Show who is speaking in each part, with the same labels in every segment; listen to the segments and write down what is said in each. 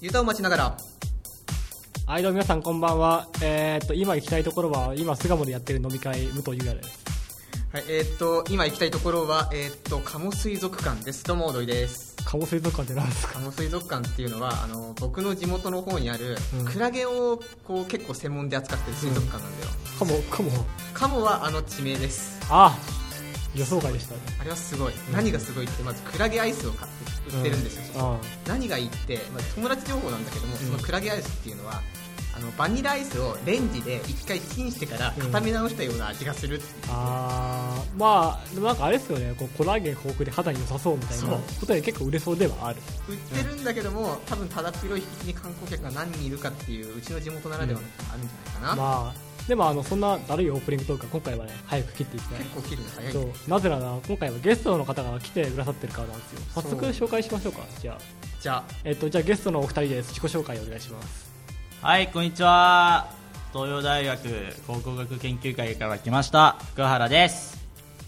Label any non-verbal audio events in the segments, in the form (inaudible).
Speaker 1: ゆたを待ちながら
Speaker 2: はい、どうも皆さんこんばんは。えー、っと、今行きたいところは、今、巣鴨でやってる飲み会、武藤優也です。
Speaker 1: はいえーっと今行きたいところはえーっと鴨水族館ですどうもおどいです
Speaker 2: 鴨水族館って何ですか
Speaker 1: 鴨水族館っていうのはあの僕の地元の方にある、
Speaker 2: うん
Speaker 1: クラゲをこう結構専門で扱ってる水族館なんだよ、
Speaker 2: 鴨、鴨。
Speaker 1: 鴨はあの地名です
Speaker 2: あ予想外でしたね。
Speaker 1: あれはすごい、
Speaker 2: ん
Speaker 1: 何がすごいってまずクラゲアイスを買って売ってるんですよ、
Speaker 2: うん。あ
Speaker 1: 何がいいって、まあ、友達情報なんだけども、
Speaker 2: ん
Speaker 1: そのクラゲアイスっていうのはあのバニラアイスをレンジで一回チンしてから
Speaker 2: うん
Speaker 1: 固め直したような味がするっていう、
Speaker 2: あーまあ、でもなんかあれですよね、こうコラーゲン豊富で肌に良さそうみたいな
Speaker 1: そう
Speaker 2: ことで結構売れそうではある。
Speaker 1: 売ってるんだけども多分ただ広い引きに観光客が何人いるかっていううちの地元ならではのあるんじゃないかな、
Speaker 2: まあ、でもあの、そんなだるいオープニングトークは今回はね、早く切っていきたい
Speaker 1: 結。構切るの早い
Speaker 2: そうなぜなら今回はゲストの方が来てくださってるからなんですよ早速
Speaker 1: そ
Speaker 2: 紹介しましょうかじゃあ,、
Speaker 1: じゃあ
Speaker 2: えっとじゃあゲストのお二人です自己紹介お願いします
Speaker 3: はい、こんにちは。東洋大学考古学研究会から来ました福原です。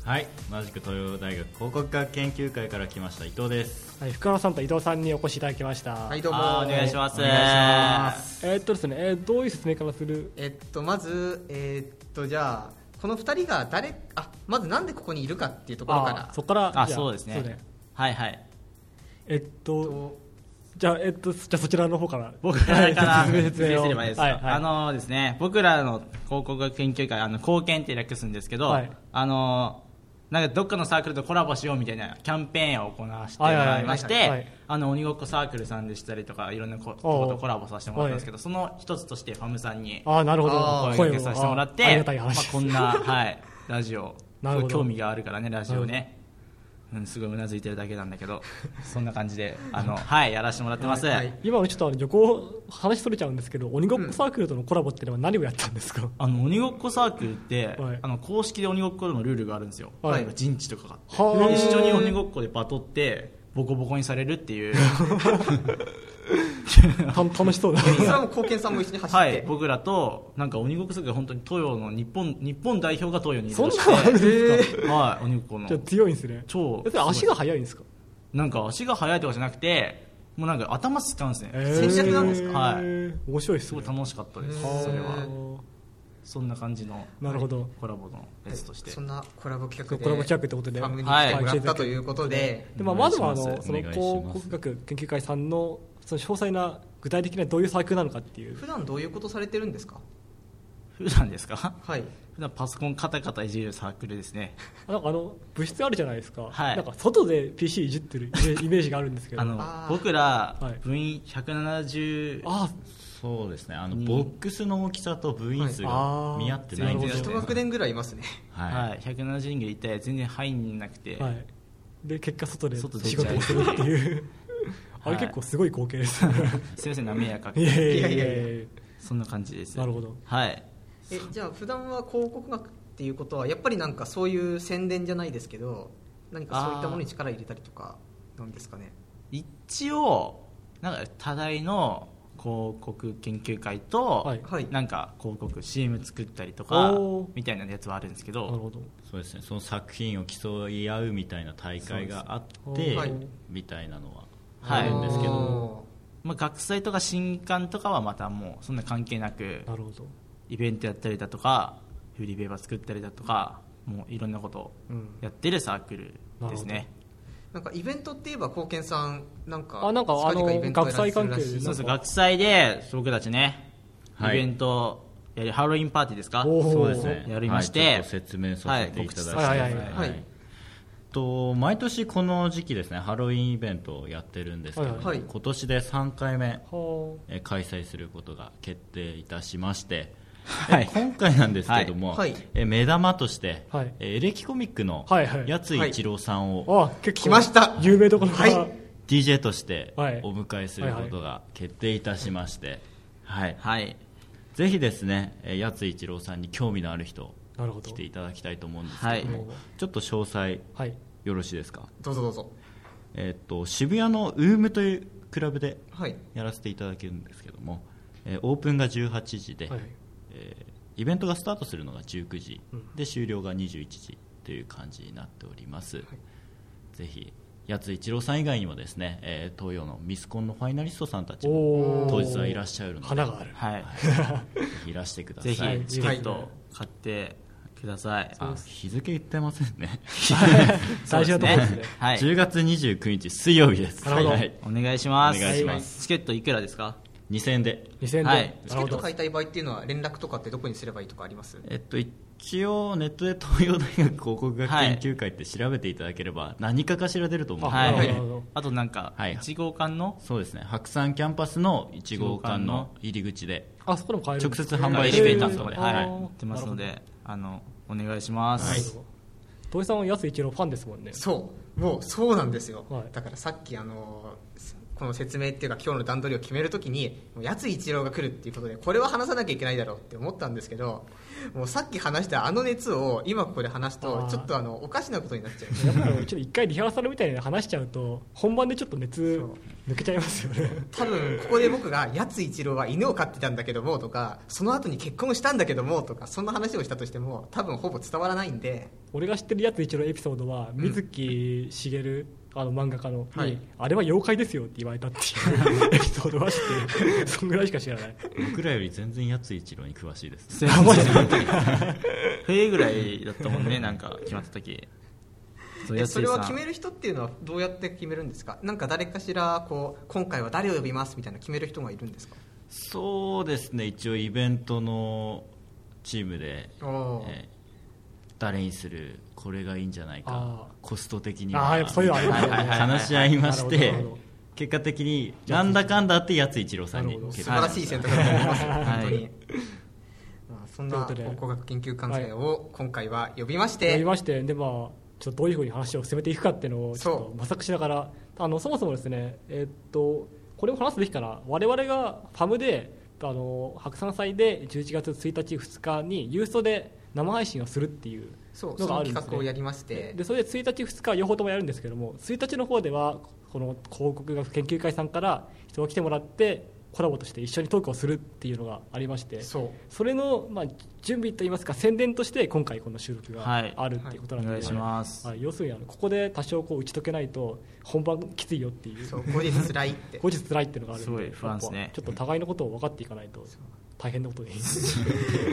Speaker 3: はい、同じく東洋大学考古学研究会から来ました伊藤です。
Speaker 2: はい、福原さんと伊藤さんにお越しいただきました。は
Speaker 1: はい
Speaker 2: え
Speaker 1: どうも
Speaker 3: あーお願いします。
Speaker 4: お願いしま
Speaker 2: ーっとですね、えーどういう説明からする
Speaker 1: えっとまずえっとじゃあこの2人が誰あまずなんでここにいるかっていうところか
Speaker 2: あ
Speaker 1: ら
Speaker 2: そこから、
Speaker 3: あ、
Speaker 2: じゃ
Speaker 3: そうですね。はいはい。
Speaker 2: えっ
Speaker 1: えっ
Speaker 2: と、
Speaker 1: と
Speaker 2: じゃあ、えっと、じゃあそちらの方から。僕
Speaker 3: (laughs) 僕らから
Speaker 2: 説明
Speaker 3: 説明すればいいですか、
Speaker 2: はい、はい
Speaker 3: あ、のですね、僕らの考古学研究会、あの、貢献って略すんですけど、
Speaker 2: はい
Speaker 3: あの、なんかどっかのサークルとコラボしようみたいなキャンペーンを行わせても
Speaker 2: はいはいはい
Speaker 3: らいまし
Speaker 2: はいはい
Speaker 3: て、あの、鬼ごっこサークルさんでしたりとか、いろんなこ
Speaker 2: おう
Speaker 3: ことコラボさせてもらったんですけど、その一つとしてファムさんに
Speaker 2: あーなるほど。
Speaker 1: あー
Speaker 3: 声をかけさせてもらって、
Speaker 2: あありがたい
Speaker 3: まあ
Speaker 2: 話。、
Speaker 3: こんな、はい、ラジオ、
Speaker 2: なるほど
Speaker 3: 興味があるからね、ラジオね。うん、すごいうなずいてるだけなんだけど、そんな感じで、あの、はい、やらせてもらってます。
Speaker 1: はいはい
Speaker 2: 今のちょっとあの旅行、話それちゃうんですけど、鬼ごっこサークルとのコラボってのは何をやったんですか、
Speaker 3: あの鬼ごっこサークルって、
Speaker 2: はい
Speaker 3: あの公式で鬼ごっこでもルールがあるんですよ、
Speaker 2: はい
Speaker 3: 例えば陣地とかがあって
Speaker 2: はー
Speaker 3: で一緒に鬼ごっこでバトってボコボコにされるっていう
Speaker 2: (laughs) た楽しそうだ。
Speaker 1: それはもう貢献さんも一緒に走って、
Speaker 3: はい僕らとなんか鬼ごっこサークル本当に東洋の日本日本代表が東洋にい
Speaker 2: そん
Speaker 3: る
Speaker 2: な
Speaker 3: ら
Speaker 2: の
Speaker 3: し
Speaker 2: あるんですか
Speaker 3: くてはい鬼ごっこの
Speaker 2: じゃあ強いんですね。
Speaker 3: 超
Speaker 2: えそれ足が速いんですか
Speaker 3: なんか足が速いとかじゃなくてもうなんか頭使うんですね、
Speaker 1: 戦略なんです
Speaker 3: かはい
Speaker 2: い。面白いっす
Speaker 3: す
Speaker 2: ね。
Speaker 3: ごい楽しかったで
Speaker 1: へ
Speaker 3: す
Speaker 1: ー
Speaker 3: それ
Speaker 2: あ
Speaker 3: は
Speaker 2: ー
Speaker 3: そんな感じの
Speaker 2: なるほど。
Speaker 3: コラボのやつとして
Speaker 1: そんなコラボ企画で
Speaker 2: コラボ企画ってことで
Speaker 1: ファミリ
Speaker 3: は
Speaker 1: ー
Speaker 3: い
Speaker 1: 来てもらったということで、
Speaker 2: でまあ、まずはあ
Speaker 4: お願いし
Speaker 2: の
Speaker 4: ます
Speaker 2: その
Speaker 4: お願いし
Speaker 2: 考
Speaker 4: ます
Speaker 2: 古学研究会さんのその詳細な具体的などういうサークルなのかっていう
Speaker 1: 普段どういうことされてるんですか
Speaker 3: 普段ですか
Speaker 1: はい
Speaker 3: 普段パソコンカタカタいじるサークルですね
Speaker 2: あなんかあの物質あるじゃないですか,、
Speaker 3: はい
Speaker 2: なんか外で PC いじってるイメ (laughs) ージイメージがあるんですけど
Speaker 3: あの
Speaker 1: あー
Speaker 3: 僕ら
Speaker 2: はい
Speaker 3: 部員170、
Speaker 2: あ
Speaker 4: そうですねあの、
Speaker 3: うん
Speaker 4: ボックスの大きさと部員数
Speaker 2: は
Speaker 4: が
Speaker 2: い
Speaker 4: 見合ってないんです
Speaker 1: 一
Speaker 4: よ、
Speaker 1: 学年ぐらいいますね
Speaker 4: はい
Speaker 3: はい170人がいて全然入んなくて、
Speaker 2: はいで結果外で仕
Speaker 3: 外出ちゃ
Speaker 2: 事
Speaker 3: う
Speaker 2: をするっていう
Speaker 4: (laughs)
Speaker 2: あれ
Speaker 3: はい
Speaker 2: 結構すごい光景ですね
Speaker 3: (laughs) すいませんなめやかく
Speaker 2: いやいやいやい
Speaker 1: いや
Speaker 2: や
Speaker 1: いや
Speaker 3: そんな感じです
Speaker 2: なるほど
Speaker 3: はい
Speaker 1: えじゃあ普段は広告学っていうことはやっぱりなんかそういう宣伝じゃないですけど何かそういったものに力入れたりとかなんですかね
Speaker 3: 一応なんか多大の広告研究会と、
Speaker 2: はい
Speaker 1: はい
Speaker 3: なんか広告 CM 作ったりとか
Speaker 2: おー
Speaker 3: みたいなやつはあるんですけ
Speaker 2: なる
Speaker 3: ど
Speaker 2: ほど
Speaker 4: そうですねその作品を競い合うみたいな大会があ
Speaker 2: そう
Speaker 4: っ
Speaker 2: です
Speaker 4: て、
Speaker 1: はい
Speaker 4: みたいなのは
Speaker 3: はい
Speaker 4: あるんですけど、
Speaker 1: お
Speaker 3: まあ、学祭とか新刊とかはまたもうそんな関係なく
Speaker 2: なるほど、
Speaker 3: イベントやったりだとかフリーペーパー作ったりだとかもういろんなことを
Speaker 2: うん、
Speaker 3: やってるサークルですね
Speaker 1: ーなんかイベントっていえば貢献さんなんか
Speaker 2: あなんか
Speaker 1: 近々
Speaker 2: あの
Speaker 1: イベントをやられてるらしいで
Speaker 2: 学祭関係な
Speaker 1: す
Speaker 3: そうそう学祭で僕たちね、
Speaker 4: はい
Speaker 3: イベントやるハロウィンパーティーですか
Speaker 2: おー
Speaker 4: そうですね
Speaker 3: やりまして
Speaker 4: はい、ちょっと説明させていただきます
Speaker 2: はいはいはい
Speaker 1: はい
Speaker 4: と毎年この時期ですねハロウィンイベントをやってるんですけど、
Speaker 2: はい
Speaker 1: はい
Speaker 4: 今年で3回目
Speaker 2: は
Speaker 4: えー開催することが決定いたしまして、
Speaker 3: はい
Speaker 4: えー今回なんですけども、
Speaker 1: はい
Speaker 4: えー目玉として、
Speaker 2: はい
Speaker 4: えーエレキコミックの
Speaker 2: はいはい
Speaker 4: やつい一郎さんを
Speaker 2: ああ結構
Speaker 1: 来ました
Speaker 2: 有名どころから、
Speaker 1: はい
Speaker 4: DJ としてお
Speaker 2: はい
Speaker 4: 迎えすることが決定いたしまして、はい
Speaker 3: はい
Speaker 4: ぜひですね、えーやつい一郎さんに興味のある人
Speaker 2: なるほど
Speaker 4: 来ていただきたいと思うんですけども、
Speaker 2: はい
Speaker 4: ちょっと詳細
Speaker 2: はい
Speaker 4: よろしいですか、
Speaker 1: どうぞどうぞ
Speaker 4: えーっと渋谷のウームというクラブで
Speaker 1: はい
Speaker 4: やらせていただけるんですけども、えーオープンが18時で、
Speaker 2: はい
Speaker 4: えーイベントがスタートするのが19時、
Speaker 2: うん
Speaker 4: で終了が21時という感じになっております、ぜひやつ一郎さん以外にもですね、えー東洋のミスコンのファイナリストさんたち
Speaker 2: お
Speaker 4: も
Speaker 2: ー
Speaker 4: 当日はいらっしゃるので
Speaker 2: 花がある (laughs)
Speaker 3: はい、
Speaker 4: ぜひいらしてくださ
Speaker 3: ぜ
Speaker 4: い
Speaker 3: ひ
Speaker 2: はい
Speaker 3: チケットを買ってください、
Speaker 4: あ日付言ってませんね
Speaker 2: 大事なところですね
Speaker 4: (laughs)
Speaker 3: はい
Speaker 4: 10月29日水曜日です
Speaker 2: なるほど
Speaker 4: はい、
Speaker 3: お願いします
Speaker 4: お願いします
Speaker 3: チケットいくらですか
Speaker 4: 2000円で
Speaker 2: 2000円で、
Speaker 3: はい
Speaker 1: チケ
Speaker 2: なるほ
Speaker 1: ット
Speaker 2: ど
Speaker 1: 買いたい場合っていうのは連絡とかってどこにすればいいとかあります
Speaker 4: えっと一応ネットで東洋大学広告学研究会って調べていただければ何かかしら出ると思うので、
Speaker 2: あ
Speaker 3: はい
Speaker 2: なるほどなるほど
Speaker 3: あとなんか
Speaker 4: はい
Speaker 3: 1号館の
Speaker 4: そうですね白山キャンパスの1号館の入り口で
Speaker 2: あそこでも買えるん
Speaker 4: 直
Speaker 2: です
Speaker 4: 接
Speaker 2: ね
Speaker 4: 販売
Speaker 3: エ
Speaker 4: し
Speaker 3: レベ
Speaker 4: て
Speaker 3: ー
Speaker 4: い
Speaker 3: タ
Speaker 4: た
Speaker 3: ーと
Speaker 4: の
Speaker 3: かで、
Speaker 4: で、
Speaker 3: は、
Speaker 4: はいい、
Speaker 3: 売ってますのであのお願いし
Speaker 2: な
Speaker 3: ま
Speaker 2: る
Speaker 3: す、
Speaker 2: ほど土井さんは安一郎ファンですもんね
Speaker 1: そうもうそうなんですよ、
Speaker 2: はい
Speaker 1: だからさっきあのすこの説明っていうか今日の段取りを決めるときにもうやつ一郎が来るっていうことでこれは話さなきゃいけないだろうって思ったんですけどもうさっき話したあの熱を今ここで話す
Speaker 2: あ
Speaker 1: と
Speaker 2: ー
Speaker 1: ちょっとあのおかしなことになっちゃう
Speaker 2: やっぱりちょっと一回リハーサルみたいな話しちゃうと本番でちょっと熱抜けちゃいますよね
Speaker 1: 多分ここで僕が「やつ一郎は犬を飼ってたんだけども」とか「その後に結婚したんだけども」とかそんな話をしたとしても多分ほぼ伝わらないんで
Speaker 2: 俺が知ってるやつ一郎エピソードは水木しげるあの漫画家のに、
Speaker 1: はい
Speaker 2: あれは妖怪ですよって言われたってい
Speaker 4: (laughs)
Speaker 2: うエピソードは知ってるそんぐらいしか知らない
Speaker 4: 僕らより全然やつ一郎に詳し
Speaker 2: (laughs)
Speaker 4: いです、
Speaker 3: すいません冬ぐらいだったもんねなんか決まった時う
Speaker 1: え
Speaker 3: 安
Speaker 1: そ
Speaker 3: 井
Speaker 1: れ
Speaker 3: さん
Speaker 1: は決める人っていうのはどうやって決めるんですかなんか誰かしらこう今回は誰を呼びますみたいな決める人がいるんですか
Speaker 4: そうですね一応イベントのチームで、
Speaker 1: おー
Speaker 4: えー誰にするこれがいいんじゃない
Speaker 2: あ
Speaker 4: かコスト的に
Speaker 2: あーやっ
Speaker 4: は
Speaker 2: ぱそういうのありますよね
Speaker 4: はいはいはい話し合いまし
Speaker 2: なる
Speaker 4: て
Speaker 2: ほどなるほど
Speaker 4: 結果的になんだかんだあってやつ一郎さんに
Speaker 2: なるほど
Speaker 1: 素
Speaker 4: 決
Speaker 1: 晴
Speaker 4: 定
Speaker 1: らしい選択だと思います、
Speaker 3: はい
Speaker 1: 本当に、
Speaker 3: はい
Speaker 1: まあ、そんな
Speaker 2: ということで
Speaker 1: 考古学研究関係を今回は呼びまし
Speaker 2: や
Speaker 1: て
Speaker 2: りましてでまあちょっとどういうふうに話を進めていくかっていうのをち
Speaker 1: そ
Speaker 2: ょっと模索しながらあのそもそもですねえーっとこれを話すべきかな我々がファムであの白山祭で11月1日2日にユーストで生配信をするっていう
Speaker 1: そう
Speaker 2: の
Speaker 1: そ
Speaker 2: があ
Speaker 1: の
Speaker 2: るん
Speaker 1: 企
Speaker 2: ですね
Speaker 1: 画をやりまして
Speaker 2: でそれで1日2日は両方ともやるんですけども1日の方ではこの広告学研究会さんから人が来てもらってコラボとして一緒にトークをするっていうのがありまして
Speaker 1: そう
Speaker 2: それの、まあ、準備といいますか宣伝として今回この収録が
Speaker 3: はい
Speaker 2: あるっていうこと
Speaker 3: お
Speaker 2: なんで、
Speaker 3: 願いします、
Speaker 2: はい要するにあのここで多少こう打ち解けないと本番きついよっていう
Speaker 1: そう後日辛いって
Speaker 2: (laughs) 後日辛いっていうのがあるん
Speaker 3: すごい不安ですね
Speaker 2: やっぱちょっと互いのことを分かっていかないと大変
Speaker 1: (laughs)
Speaker 2: なことです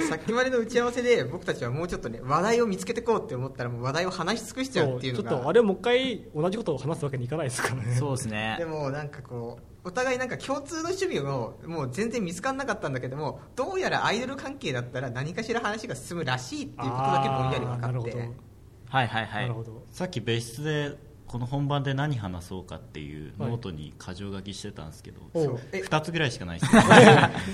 Speaker 1: さっきまでの打ち合わせで僕たちはもうちょっとね話題を見つけてこうって思ったらもう話題を話し尽くしちゃ
Speaker 2: そう
Speaker 1: っ
Speaker 2: う
Speaker 1: てい
Speaker 2: ち
Speaker 1: う
Speaker 2: ょ
Speaker 1: の
Speaker 2: っ
Speaker 1: が
Speaker 2: とあれをもう一回同じことを話すわけにいかないですからね
Speaker 3: そうですね
Speaker 1: でもなんかこうお互いなんか共通の趣味をもう全然見つからなかったんだけどもどうやらアイドル関係だったら何かしら話が進むらしいっていうことだけぼんやり分
Speaker 2: あーなる
Speaker 1: かっ
Speaker 2: ほど
Speaker 1: て
Speaker 3: はいはいは
Speaker 2: ないるほど
Speaker 4: さっき別室でこの本番で何話そうかっていうノートに箇条書きしてたんですけど、
Speaker 2: おう
Speaker 1: え
Speaker 4: 2つぐらいしかないですね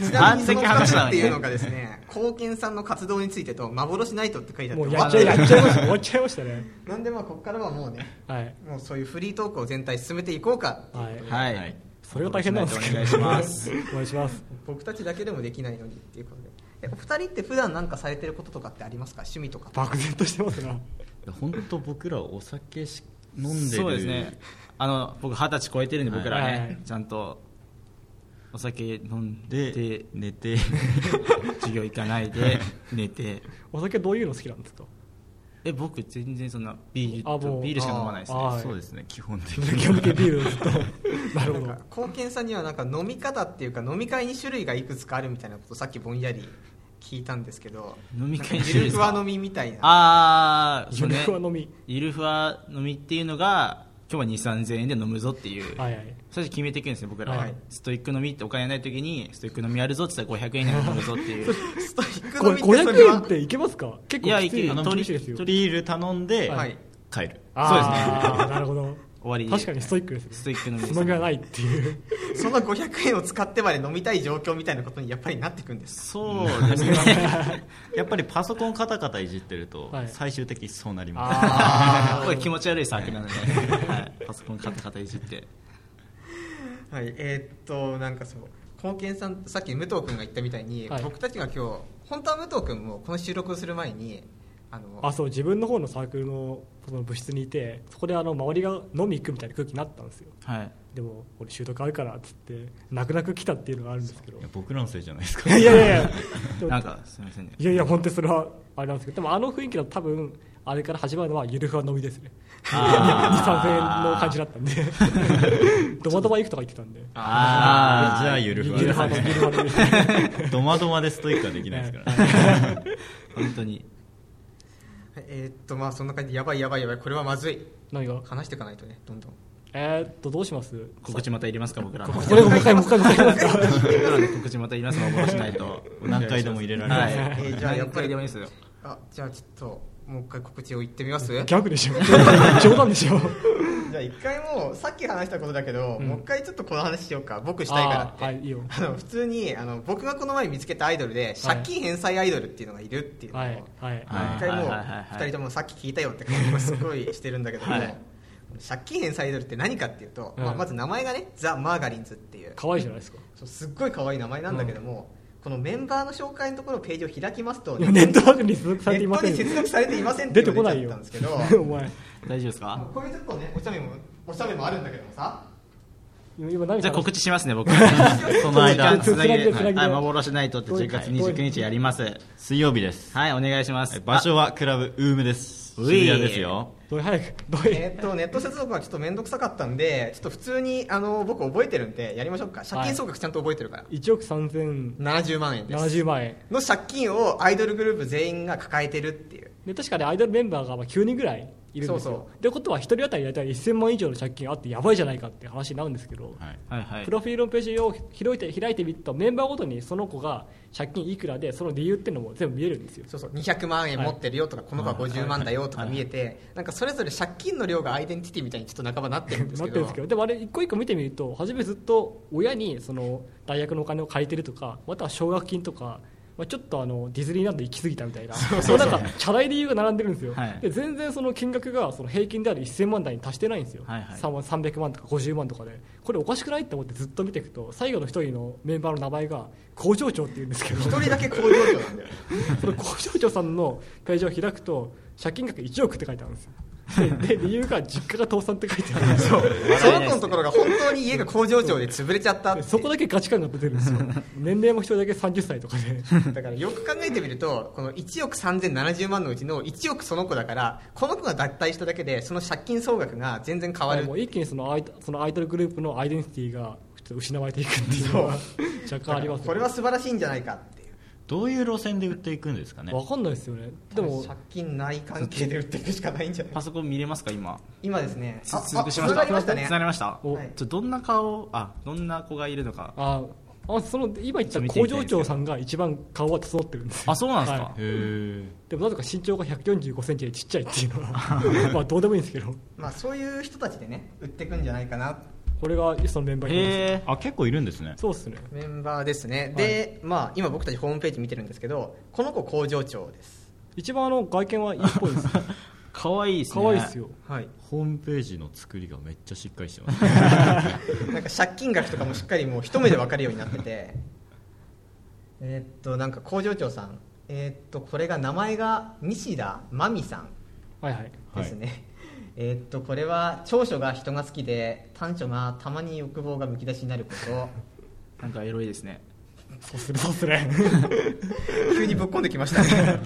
Speaker 1: ちなみにその2つっていうのがですね貢献さんの活動についてと幻ナイトって書いてあっ
Speaker 2: も
Speaker 1: て
Speaker 2: う
Speaker 1: 終
Speaker 2: や
Speaker 1: わ
Speaker 2: っ
Speaker 1: っ
Speaker 2: ち
Speaker 1: て
Speaker 2: ゃいやっちゃいました終わっちゃいましたね
Speaker 1: なんでまあここからはもうね
Speaker 2: はい、
Speaker 1: もうそういうフリートークを全体進めていこうか
Speaker 2: はい、
Speaker 3: はい、
Speaker 4: はい
Speaker 2: それが大変なんですけど
Speaker 3: お願いします
Speaker 2: (laughs) お願いします
Speaker 1: 僕たちだけでもできないのにっていうことでえお二人って普段なんかされてることとかってありますか趣味とか
Speaker 2: 漠然としてますな
Speaker 4: 本当僕らお酒し飲んでる
Speaker 3: そうですねあの僕二十歳超えてるんで
Speaker 4: はい
Speaker 3: 僕らね、
Speaker 2: はい
Speaker 3: ちゃんとお酒飲んで
Speaker 4: で寝て
Speaker 3: 授業行かないで寝て
Speaker 2: お酒どういうの好きなんですか
Speaker 3: え僕全然そんなビール
Speaker 2: あも
Speaker 3: と
Speaker 2: う
Speaker 3: ビールしか飲まないです
Speaker 2: あ
Speaker 3: ね
Speaker 2: はい
Speaker 4: そうですね基本的
Speaker 2: 基
Speaker 4: に
Speaker 2: 本的にビールずっと (laughs) なるほど
Speaker 1: なんか貢献さんにはなんか飲み方っていうか飲み会に種類がいくつかあるみたいなことさっきぼんやり聞いたんですけど
Speaker 3: 飲み
Speaker 1: なん
Speaker 3: 会に
Speaker 1: か
Speaker 3: 種
Speaker 1: ゆ
Speaker 3: 類
Speaker 1: る
Speaker 3: です
Speaker 1: ふ
Speaker 3: か
Speaker 1: わ飲みみたいな
Speaker 3: ああ
Speaker 2: ゆるふわ飲み
Speaker 3: ゆるふわ飲みっていうのが今日は2 3 0円で飲むぞっていう
Speaker 2: はいはい
Speaker 3: 最初決めていくんですね僕らは、
Speaker 2: はい
Speaker 3: ストイック飲みってお金ない時にストイック飲みやるぞって言ったら500円以内で飲むぞっていう
Speaker 1: ストイック
Speaker 2: (laughs) こ
Speaker 1: 飲
Speaker 2: れ
Speaker 1: みってそれ
Speaker 2: 500円
Speaker 1: は
Speaker 2: っていけますか結
Speaker 3: いや
Speaker 2: 構きつい
Speaker 3: いける
Speaker 2: 厳しいですよ
Speaker 3: 鳥
Speaker 4: ビール頼んで
Speaker 1: はい
Speaker 4: 帰る、
Speaker 2: あーなるほど
Speaker 3: 終わり
Speaker 2: 確かにストイックですね
Speaker 3: ストイック飲みです
Speaker 2: つまみがないっていう
Speaker 1: その500円を使ってまで飲みたい状況みたいなことにやっぱりなってくんです
Speaker 3: そう
Speaker 2: (laughs)
Speaker 3: ですね
Speaker 4: やっぱりパソコンカタカタいじってると
Speaker 2: はい
Speaker 4: 最終的にそうなります、
Speaker 2: あ
Speaker 3: (laughs) これ気持ち悪いサークルな
Speaker 2: (laughs)
Speaker 3: ので、はい、パソコンカタカタいじって
Speaker 1: はいえーっとなんかそう貢献さんさっき武藤君が言ったみたいに、
Speaker 2: はい
Speaker 1: 僕たちが今日本当は武藤君もこの収録をする前にあの
Speaker 2: あそう自分の方のサークルのその部室にいてそこであの周りが飲み行くみたいな空気になったんですよ
Speaker 3: はい
Speaker 2: でも俺習得あるからっつって泣く泣く来たっていうのがあるんですけど
Speaker 4: いや僕らのせいじゃないですか
Speaker 2: い (laughs) やいやいやでも
Speaker 3: なんかすみませんね
Speaker 2: いやいや本当にそれはあれなんですけどでもあの雰囲気だと多分あれから始まるのはゆるふわのみですね (laughs)
Speaker 3: あー
Speaker 2: 2000円の感じだったんでドバドバ行くとか言ってたんで
Speaker 3: あ
Speaker 4: あー (laughs) じゃあゆるふわ
Speaker 2: ゆ
Speaker 4: で
Speaker 2: る
Speaker 4: す
Speaker 2: ふわのゆる
Speaker 4: (laughs) ね
Speaker 2: ふわのみですね
Speaker 4: ドマドマでストイックはできないですからね
Speaker 2: (laughs)
Speaker 3: 本当に
Speaker 1: えーっとまあそんな感じでやばいやばいやばいこれはまずい
Speaker 2: 何が
Speaker 1: 話していかないとねどんどん
Speaker 2: えーっとどうします
Speaker 3: 告知また入れますか僕
Speaker 2: (laughs)
Speaker 3: らの
Speaker 2: これもう一回もう一回もう一回もう一
Speaker 3: (laughs)
Speaker 2: 回
Speaker 3: 僕らの告知また入れますのをしないと
Speaker 4: 何回でも入れられ
Speaker 3: は
Speaker 4: ま
Speaker 3: い
Speaker 4: す、
Speaker 1: えーじゃあやっぱり
Speaker 3: 何回でもいいですよ
Speaker 1: あじゃあちょっともう一回告知を言ってみます
Speaker 2: ギャグでしょ冗談でしょ
Speaker 1: じゃあ一回もうさっき話したことだけど、
Speaker 2: うん
Speaker 1: もう一回ちょっとこの話しようか僕したいからって
Speaker 2: あーはいいいよ
Speaker 1: あの普通にあの僕がこの前見つけたアイドルで借金返済アイドルっていうのがいるっていうのを、
Speaker 2: はいはい
Speaker 4: はい
Speaker 1: 一回もう
Speaker 3: はいはいはいはい
Speaker 1: 2人ともさっき聞いたよって感じがすごいしてるんだけども、
Speaker 3: はい
Speaker 1: 借金返済アイドルって何かっていうと、
Speaker 2: うん
Speaker 1: まあ、まず名前がねザ・マーガリンズっていう
Speaker 2: 可愛いじゃないですか
Speaker 1: そうすっごい可愛い名前なんだけども、このメンバーの紹介のところページを開きますと
Speaker 2: ネットワークに所属さ
Speaker 1: ネ
Speaker 2: れてい
Speaker 1: ッ
Speaker 2: ま
Speaker 1: ト
Speaker 2: せ
Speaker 1: に接
Speaker 2: ん
Speaker 1: 続されていませんって
Speaker 2: 出
Speaker 1: い
Speaker 2: て
Speaker 1: うの
Speaker 2: こ
Speaker 1: が
Speaker 2: な
Speaker 1: 出ち
Speaker 2: い
Speaker 1: ゃっ
Speaker 2: よ
Speaker 1: たんですけど
Speaker 2: (laughs) お前
Speaker 3: 大丈夫ですか
Speaker 1: こういうちょっとねおしゃれもおしゃれもあるんだけどもさ
Speaker 2: 今何
Speaker 3: じゃあ告
Speaker 2: 知
Speaker 3: 知しますね僕その間
Speaker 2: つ
Speaker 3: つ
Speaker 2: な
Speaker 3: な
Speaker 2: ぎ
Speaker 3: ぎ
Speaker 2: で
Speaker 3: で
Speaker 2: つなぎで
Speaker 3: はい幻ナイトって10月29日やります
Speaker 4: 水曜日です
Speaker 3: はいお願いします
Speaker 4: 場所はクラブウームです
Speaker 3: うい
Speaker 4: 渋谷ですよ
Speaker 2: どれ早くどれ
Speaker 1: えーっとネット接続はちょっと面倒くさかったんでちょっと普通にあの僕覚えてるんでやりましょうか借金総額ちゃんと覚えてるから、
Speaker 2: 1億3070
Speaker 1: 70万円です
Speaker 2: 万円
Speaker 1: の借金をアイドルグループ全員が抱えてるっていう
Speaker 2: で確かにアイドルメンバーがまあ9人ぐらいいるんです
Speaker 1: そう
Speaker 2: よってことは1人当たり大体1000万以上の借金あってやばいじゃないかって話になるんですけど、
Speaker 4: はい
Speaker 3: はいはい
Speaker 2: プロフィールのページを開いて開いてみるとメンバーごとにその子が借金いくらでその理由っていうのも全部見えるんですよ
Speaker 1: そうそう200万円持ってるよとか、この子は50万だよとか見えて、なんかそれぞれ借金の量がアイデンティティみたいにちょっと半ばなってるんです
Speaker 2: なっ
Speaker 1: け
Speaker 2: (laughs) てる
Speaker 1: ど
Speaker 2: んですけどでもあれ一個一個見てみると初めずっと親にその大学のお金を借りてるとかまたは奨学金とか、まあ、ちょっとあのディズニーランド行き過ぎたみたいなそうなんかチャラい理由が並んでるんですよ、
Speaker 3: はい
Speaker 2: で全然その金額がその平均である1000万台に達してないんですよ、
Speaker 3: はいはい
Speaker 2: さん300万とか50万とかでこれおかしくないって思ってずっと見ていくと最後の一人のメンバーの名前が工場長っていうんですけ
Speaker 1: (laughs)
Speaker 2: ど
Speaker 1: 一人だけ工場長なんだよ
Speaker 2: その工場長さんのページを開くと借金額1億って書いてあるんですよでで理由が実家が倒産って書いてあるんですよ
Speaker 1: その子のところが本当に家が工場長で潰れちゃったって
Speaker 2: で
Speaker 1: いう
Speaker 2: そこだけガチ感が出てるんですよ年齢も一人だけ30歳とかで
Speaker 1: だからよく考えてみるとこの1億3070万のうちの1億その子だからこの子が脱退しただけでその借金総額が全然変わる
Speaker 2: もう一気にそのアイそのアイドルグループのアイデンティティがちょっと失われていくっていうのは若干あります
Speaker 1: こ
Speaker 2: よ
Speaker 1: れ
Speaker 2: ね
Speaker 1: は素晴らしいんじゃないかっていう
Speaker 4: どういう路線で売っていくんですかね
Speaker 2: わかんないですよねでも
Speaker 1: 借金ない関係で売っていくしかないんじゃない
Speaker 3: パソコン見れますか今
Speaker 1: 今ですね
Speaker 3: つ
Speaker 1: あ
Speaker 3: 続
Speaker 1: あ
Speaker 3: きしま
Speaker 1: 繋
Speaker 3: した
Speaker 1: がりましたね
Speaker 3: つながりました
Speaker 2: お
Speaker 1: はい
Speaker 3: ちょどんな顔あどんな子がいるのか
Speaker 2: ああその今言った工場長さんが一番顔は整ってるんですよ
Speaker 3: あそうなんですか
Speaker 2: はい
Speaker 4: へー
Speaker 2: でもなぜか身長が1 4 5センチでちっちゃいっていうのはまあどうでもいいんですけど
Speaker 1: まあ、そういう人たちでね売っていくんじゃないかな
Speaker 2: これがそのメンバーになります
Speaker 3: へえ
Speaker 4: あ結構いるんですね
Speaker 2: そうですね
Speaker 1: メンバーですねで、まあ、今僕たちホームページ見てるんですけどこの子工場長です
Speaker 2: 一番あの外見はいいっぽいです
Speaker 3: かわいいですね
Speaker 2: 可愛いですよ
Speaker 1: はい
Speaker 4: ホームページの作りがめっちゃしっかりしてます
Speaker 1: (laughs) なんか借金額とかもしっかりもう一目で分かるようになってて (laughs) えーっとなんか工場長さんえーっとこれが名前が西田真美さん
Speaker 2: はいはい
Speaker 1: ですね、 (laughs) えーっとこれは長所が人が好きで短所がたまに欲望がむき出しになること
Speaker 3: なんかエロいですね
Speaker 2: そうするそうする
Speaker 1: (laughs) 急にぶっ込んできましたね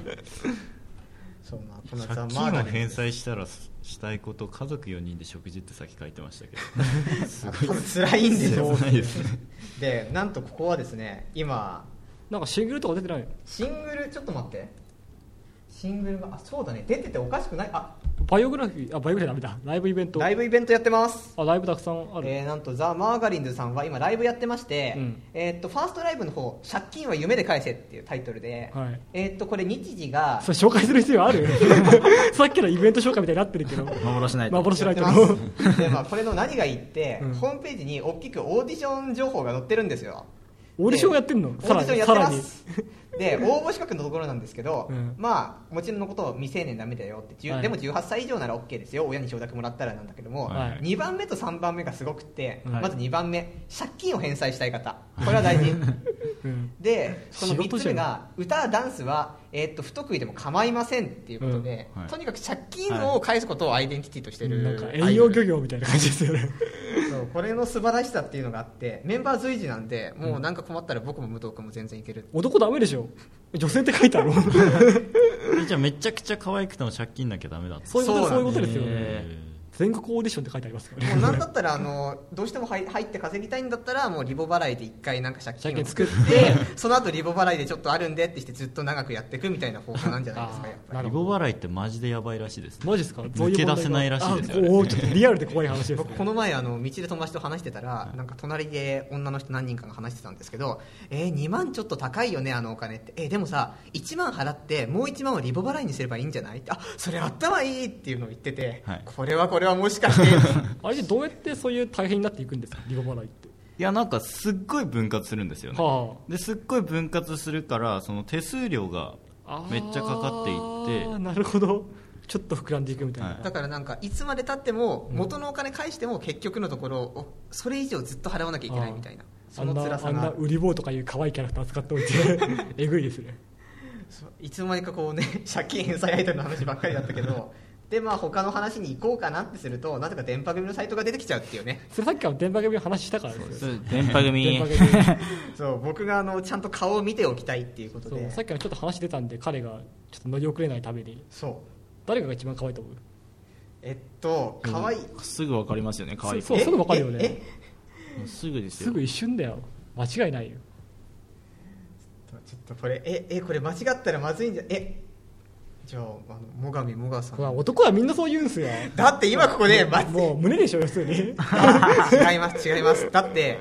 Speaker 1: (laughs) そうまあこのザ・マ
Speaker 4: 借
Speaker 1: ー
Speaker 4: 金
Speaker 1: ガ
Speaker 4: を
Speaker 1: リン
Speaker 4: 返済したらしたいこと家族4人で食事ってさっき書いてましたけ (laughs) どす
Speaker 1: あ
Speaker 4: ごい
Speaker 1: 多分辛いんでしょう
Speaker 4: ないですね
Speaker 1: でなんとここはですね今
Speaker 2: なんかシングルとか出てない
Speaker 1: シングルちょっと待ってシングルがあそうだね出てておかしくないあ
Speaker 2: バイオグラフィーあバイオグラフィーダメだライブイベント
Speaker 1: ライブイベントやってます
Speaker 2: あライブたくさんある、
Speaker 1: えー、なんとザ・マーガリンズさんは今ライブやってまして、
Speaker 2: うん
Speaker 1: えーっとファーストライブの方「借金は夢で返せ」っていうタイトルで、
Speaker 2: はい
Speaker 1: えーっとこれ日時が
Speaker 2: それ紹介する必要ある (laughs) さっきのイベント紹介みたいになってる (laughs) けど
Speaker 3: 幻ナイト
Speaker 2: 幻
Speaker 1: や
Speaker 2: ラ
Speaker 1: っ
Speaker 2: イ
Speaker 1: て
Speaker 2: ト
Speaker 1: ま
Speaker 2: の
Speaker 1: す
Speaker 2: (laughs)
Speaker 1: で、まあ、これの何がいいって、
Speaker 2: うん
Speaker 1: ホームページに大きくオーディション情報が載ってるんですよ
Speaker 2: オーディションやってんの
Speaker 1: オ
Speaker 2: さ
Speaker 1: ーディ
Speaker 2: ら
Speaker 1: ション
Speaker 2: に
Speaker 1: やって
Speaker 2: さら
Speaker 1: ま
Speaker 2: に
Speaker 1: す (laughs) で応募資格のところなんですけど、
Speaker 2: うん
Speaker 1: まあもちろんのこと未成年ダメだよって、じゅう
Speaker 2: はい
Speaker 1: でも18歳以上なら OK ですよ親に承諾もらったらなんだけども、
Speaker 2: はい
Speaker 1: 2番目と3番目がすごくって、
Speaker 2: はい
Speaker 1: まず2番目借金を返済したい方これは大
Speaker 2: (laughs)
Speaker 1: 事
Speaker 2: うん
Speaker 1: でこの
Speaker 2: 仕事
Speaker 1: 3つ
Speaker 2: じゃ
Speaker 1: 目
Speaker 2: ん
Speaker 1: が歌ダンスは、えーっと不得意でも構いませんっていうことで、
Speaker 4: うんはい
Speaker 1: とにかく借金を返すことをアイデンティティとしてる、
Speaker 2: なんか遠洋漁業みたいな感じですよね
Speaker 1: そうこれの素晴らしさっていうのがあってメンバー随時なんでもうなんか困ったら僕も武藤君も全然いける
Speaker 2: (laughs) 男ダメでしょ女性って書いてある
Speaker 4: えじゃあめちゃくちゃ可愛くても借金なきゃダメだって
Speaker 2: そういうこと
Speaker 1: そう
Speaker 2: そ
Speaker 1: ないだ
Speaker 2: ううんことですよね
Speaker 4: へ
Speaker 2: 全国オーディションって書いてありますから
Speaker 1: もう
Speaker 2: ね
Speaker 1: なんだったらあのどうしても入入って稼ぎたいんだったらもうリボ払いで一回なんか借金を
Speaker 2: 借金作
Speaker 1: 作
Speaker 2: っ
Speaker 1: っててその後リボ払いでちょっとあるんでってしてずっと長くやっていくみたいな方法なんじゃないですかやっ
Speaker 2: あーな
Speaker 1: ぱ
Speaker 4: ー
Speaker 1: り
Speaker 2: る
Speaker 4: リ
Speaker 2: ほど
Speaker 4: ボ払いってマジでやばいらしいです
Speaker 2: (laughs)
Speaker 4: ね
Speaker 2: マジですか
Speaker 4: 抜け出せないらしいですよ
Speaker 2: あおーちょっとリアルで怖い (laughs) 話です
Speaker 1: 僕
Speaker 2: ね
Speaker 1: この前あの道で友達と話してたらなんか隣で女の人何人かが話してたんですけどえー、2万ちょっと高いよねあのお金ってえーでもさ1万払ってもう1万をリボ払いにすればいいんじゃないってあそれあったまいいっていうのを言ってて、
Speaker 4: はい
Speaker 1: これはこれはもしかして
Speaker 2: あれでどうやってそういう大変になっていくんですかリボ払いって
Speaker 4: いやなんかすっごい分割するんですよね
Speaker 2: は
Speaker 4: ですっごい分割するからその手数料が
Speaker 2: あ
Speaker 4: めっちゃかかっていって
Speaker 2: あーなるほどちょっと膨らんでいくみたいな、
Speaker 4: はい
Speaker 1: だからなんかいつまでたっても元のお金返しても結局のところおそれ以上ずっと払わなきゃいけないみたいなその辛さ
Speaker 2: あんなあ
Speaker 1: が
Speaker 2: んな売り棒とかいう可愛いキャラクター使っておいて
Speaker 1: (laughs)
Speaker 2: えぐいですね
Speaker 1: そういつの間にかこうね (laughs) 借金返済アイドルの話ばっかりだったけ
Speaker 2: (laughs)
Speaker 1: どでまあ他の話に行こうかなってするとなぜか電波組のサイトが出てきちゃうっていうね
Speaker 2: それさっきから電波組の話したからですよ
Speaker 3: (laughs) 電波組
Speaker 2: 電波組
Speaker 1: (laughs) そう僕があのちゃんと顔を見ておきたいっていうこと
Speaker 2: そ
Speaker 1: で
Speaker 2: うさっきからちょっと話出たんで彼がちょっと乗り遅れないために
Speaker 1: そう
Speaker 2: 誰が一番可愛いと思う
Speaker 1: えっと可愛い
Speaker 3: すぐ分かりますよね可愛い
Speaker 2: そう
Speaker 1: え
Speaker 2: すぐわかるよね
Speaker 1: ええ
Speaker 3: もうすぐです
Speaker 2: す
Speaker 3: よ
Speaker 2: ぐ一瞬だよ間違いないよ
Speaker 1: ちょっとこれええこれ間違ったらまずいんじゃえじゃああの最上もがさ
Speaker 2: ほら
Speaker 1: ん
Speaker 2: 男はみんなそう言うんすよ
Speaker 1: だって今ここでまず
Speaker 2: もう胸でしょ要するに
Speaker 1: (laughs) 違います違いますだって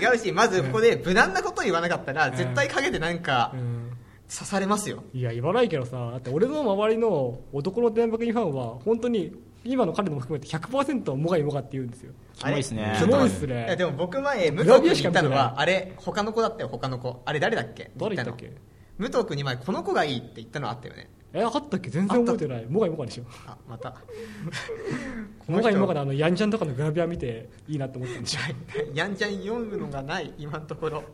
Speaker 1: 違うしまずここで無難なこと言わなかったら絶対陰でなんか
Speaker 2: うん
Speaker 1: 刺されますよ
Speaker 2: いや言わないけどさだって俺の周りの男の電波組ファンは本当に今の彼のも含めて100%もがいもがって言うんですよ
Speaker 3: キモいっすね
Speaker 1: あれ
Speaker 2: すごいっすね
Speaker 1: いやでも僕前武
Speaker 2: グラ
Speaker 1: 藤君
Speaker 2: ビア
Speaker 1: に
Speaker 2: し
Speaker 1: 言
Speaker 2: か
Speaker 1: った
Speaker 2: 見てない
Speaker 1: のはあれ他の子だったよ他の子あれ誰だっけ
Speaker 2: 誰言ったっ
Speaker 1: 言
Speaker 2: け
Speaker 1: たの武藤君に前この子がいいって言ったのあったよね
Speaker 2: えあったっけ全然覚えてないもがいもがでしょ
Speaker 1: あまた (laughs) この
Speaker 2: もがい
Speaker 1: 人
Speaker 2: もがのあのヤンジャンとかのグラビア見ていいなって思ったんでしょ
Speaker 1: やんちゃん読むのがない今のところ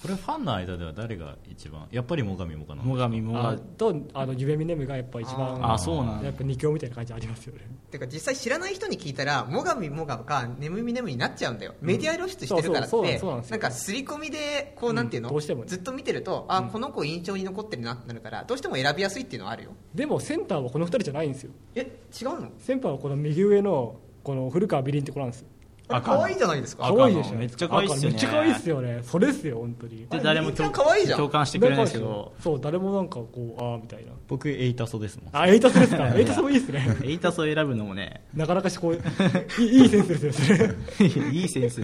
Speaker 4: これファンの間では誰が一番やっぱり最上もかな
Speaker 3: 最上も
Speaker 2: あ
Speaker 3: が
Speaker 2: とあの夢見ねむがやっぱ一番
Speaker 3: あそうなん
Speaker 2: や
Speaker 3: だ
Speaker 2: っぱ二強みたいな感じありますよね
Speaker 1: てか実際知らない人に聞いたら最上もがが眠み眠みになっちゃうんだよ、メディア露出してるからっ
Speaker 2: そうそう
Speaker 1: て
Speaker 2: そうなんですよ
Speaker 1: なんか刷り込みでこう
Speaker 2: うん
Speaker 1: なんていうの、
Speaker 2: どうしてもね
Speaker 1: ずっと見てるとあこの子印象に残ってるなってなるからどうしても選びやすいっていうのはあるよ
Speaker 2: でもセンターはこの二人じゃないんですよ
Speaker 1: え違うの
Speaker 2: センターはこの右上のこの古川美林って子なんですよ
Speaker 1: あれ
Speaker 3: 赤の
Speaker 1: 可愛いじゃないですか
Speaker 3: 赤
Speaker 2: 可愛いでしょ
Speaker 3: 赤のめっちゃ可愛いっす
Speaker 2: 赤の
Speaker 3: よね
Speaker 2: めっちゃ可愛いっすよねそれっすよ本当に
Speaker 3: で誰も
Speaker 1: めっちゃ
Speaker 3: 共
Speaker 1: 可愛いじゃん
Speaker 3: 共感してくれないですけ
Speaker 2: (laughs)
Speaker 3: ど
Speaker 2: そう誰もなんかこうああみたいな
Speaker 4: 僕エイタソですもん
Speaker 2: あエイタスです
Speaker 3: (laughs)
Speaker 2: かエイタスもいいっすね
Speaker 3: エイタスを選ぶのもね (laughs)
Speaker 2: なかなかしこういいいいセンスですよそれ
Speaker 3: いい
Speaker 2: (laughs)
Speaker 3: センス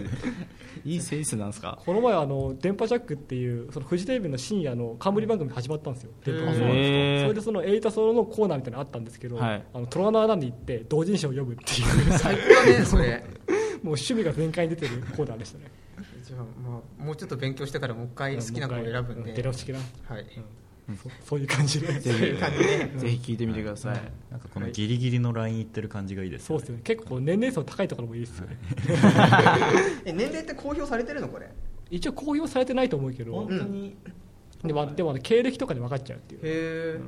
Speaker 3: いいセンスなんですか
Speaker 2: この前あの「電波ジャック」っていうそのフジテレビの深夜の冠番組始まったんですよ電波
Speaker 1: へー
Speaker 2: そうなんです
Speaker 3: へー
Speaker 2: かそれでそのエイタソロのコーナーみたいなのあったんですけど、
Speaker 3: はい
Speaker 2: あのトロワの穴に行って同人誌を読むって
Speaker 3: (laughs)
Speaker 2: いう
Speaker 1: 最高だねそれ
Speaker 2: (laughs) もう趣味が全開に出てるコーナーでしたね
Speaker 1: じゃあ、まあ、もうちょっと勉強してからもう一回好きな子を選ぶんで、
Speaker 2: 出直しきな
Speaker 1: はい、
Speaker 2: そそういう感じで
Speaker 1: そういう感じで
Speaker 3: ぜひ聞いてみてください
Speaker 4: なんかこのギリギリのライン行ってる感じがいいです
Speaker 2: そう
Speaker 4: よ
Speaker 2: っ
Speaker 4: ね
Speaker 2: すよね結構年齢層高いところもいいっすよね
Speaker 1: え年齢って公表されてるのこれ
Speaker 2: 一応公表されてないと思うけど
Speaker 1: 当
Speaker 3: に
Speaker 2: でもでもあの経歴とかで分かっちゃうっていう
Speaker 1: へえ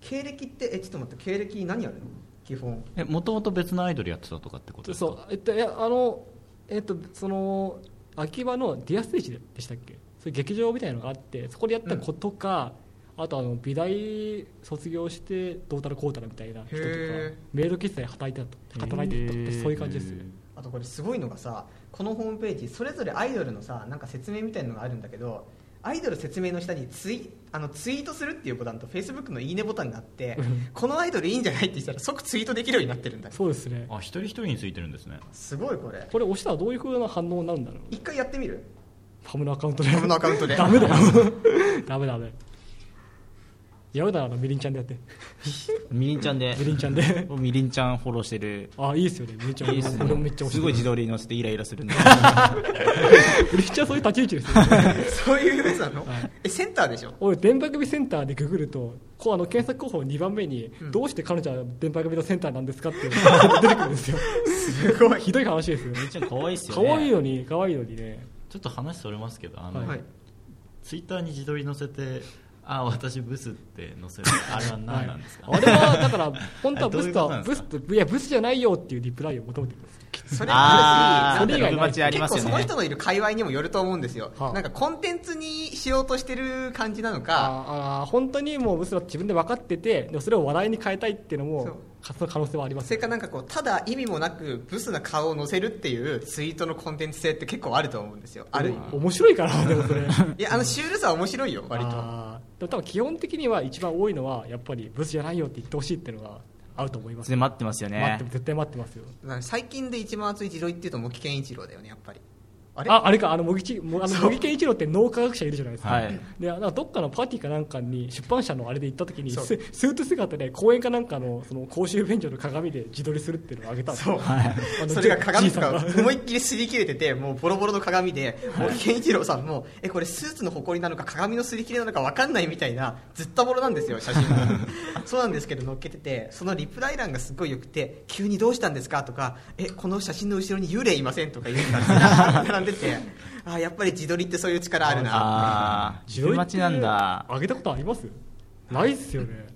Speaker 1: 経歴ってえちょっと待って経歴何やるの基本
Speaker 4: えもともと別のアイドルやってたとかってことです
Speaker 2: そう
Speaker 4: か
Speaker 2: えっといやあのえっとその秋葉のディアステージでしたっけそういう劇場みたいなのがあってそこでやった子とか、あとあの美大卒業してどうたらこうたらみたいな人とか
Speaker 1: へー
Speaker 2: メイド喫茶で働いてたと働いてたってそういう感じですよ
Speaker 1: あとこれすごいのがさこのホームページそれぞれアイドルのさなんか説明みたいなのがあるんだけどアイドル説明の下にツイあのツイートするっていうボタンとフェイスブックのいいねボタンがあって
Speaker 2: うん
Speaker 1: このアイドルいいんじゃないって言ったら即ツイートできるようになってるんだ
Speaker 2: そうですね
Speaker 4: あ一人一人についてるんですね
Speaker 1: すごいこれ
Speaker 2: これ押したらどういう風な反応になるんだろう
Speaker 1: 一回やってみる
Speaker 2: ファムのアカウントで
Speaker 1: ファムのアカウントで
Speaker 2: ダメだよダメダメやるならあのみりんちゃんでやって
Speaker 3: みりんちゃんで
Speaker 2: みりんちゃんで
Speaker 3: みりんちゃんフォローしてる
Speaker 2: あいいですよねみりんちゃん
Speaker 3: いいっす
Speaker 2: 俺もめっ
Speaker 3: ね
Speaker 2: ちゃ推して
Speaker 3: す
Speaker 2: る
Speaker 3: ごい自撮りに載せてイライラ
Speaker 2: (laughs)
Speaker 3: するんで
Speaker 2: みりんちゃんそういう立ち位置です
Speaker 1: (laughs)
Speaker 2: よね
Speaker 1: そういうやつなの
Speaker 2: はい
Speaker 1: えセンターでしょ
Speaker 2: 俺電波組センターでググるとこうあの検索候補2番目に、
Speaker 1: うん
Speaker 2: どうして彼女は電波組のセンターなんですかっていうのが出てくるんですよ (laughs)
Speaker 1: すごい
Speaker 2: ひどい話ですよね
Speaker 3: みりんちゃん可愛いっすよ
Speaker 2: 可
Speaker 3: ね
Speaker 2: 愛いのに可愛いのにね
Speaker 4: ちょっと話それますけどあの、
Speaker 2: はい
Speaker 1: はい
Speaker 4: ツイッターに自撮り載せてあ私ブスって
Speaker 2: (laughs)
Speaker 4: 載せるあれは
Speaker 2: は
Speaker 4: 何
Speaker 2: い
Speaker 4: なんですか、
Speaker 2: あれはだから本当は
Speaker 4: あれ
Speaker 2: ブス
Speaker 4: どういうこととな
Speaker 2: は
Speaker 4: ん
Speaker 2: ブ
Speaker 4: です
Speaker 2: ス
Speaker 4: か
Speaker 2: といやブスじゃないよっていうリプライを求めてるんです
Speaker 1: それ
Speaker 3: あ
Speaker 1: あ
Speaker 3: あ
Speaker 2: それ以外ない
Speaker 3: ありま
Speaker 1: 結
Speaker 3: す
Speaker 1: 構そ
Speaker 3: よ
Speaker 1: の
Speaker 3: ね
Speaker 1: 人のいる界隈にもよると思うんですよ、
Speaker 2: はあ
Speaker 1: なんかコンテンツにしようとしてる感じなのか
Speaker 2: ああ本当にもうブスだって自分で分かっててでもそれを笑いに変えたいっていうの
Speaker 1: そ
Speaker 2: も
Speaker 1: う
Speaker 2: かその可能性はあります
Speaker 1: それかなんかこうただ意味もなくブスな顔を載せるっていうツイートのコンテンツ性って結構あると思うんですよある
Speaker 2: お面白いからでもそれ
Speaker 1: いやあのシュールさは面白いよ割と
Speaker 2: あーでも多分基本的には一番多いのはやっぱりブスじゃないよって言ってほしいっていうのがあると思います
Speaker 3: で待ってますよ
Speaker 2: 待っ
Speaker 3: ね
Speaker 2: て絶対待ってますよ
Speaker 1: だから最近で一番熱い二郎っていうと茂木健一郎だよねやっぱりあれ
Speaker 2: ああれかあの茂木ちもあの茂木健一郎って脳科学者いるじゃないですか,、
Speaker 3: はい
Speaker 2: でなんかどっかのパーティーかなんかに出版社のあれで行った時に
Speaker 1: そう
Speaker 2: ススーツ姿で公園かなんかのその公衆便所の鏡で自撮りするっていうのをあげたんです
Speaker 1: そう
Speaker 2: よあの
Speaker 1: それが鏡
Speaker 2: じい
Speaker 1: と
Speaker 2: さん
Speaker 1: か
Speaker 2: が
Speaker 1: 思いっきり擦り切れててもうボロボロの鏡で茂木健一郎さんもえこれスーツの埃なのか鏡の擦り切れなのか分かんないみたいなずったボロなんですよ写真
Speaker 2: (laughs)
Speaker 1: がそうなんですけど載っけててそのリプライ欄がすごいよくて「急にどうしたんですか?」とか「えこの写真の後ろに幽霊いません?」とか言うのが並んでてあーやっぱり自撮りってそういう力あるな
Speaker 3: ああ
Speaker 2: 自
Speaker 3: 自
Speaker 2: 撮り
Speaker 3: 分
Speaker 2: って
Speaker 3: 待ちなんだ
Speaker 2: あげたことありますないっすよね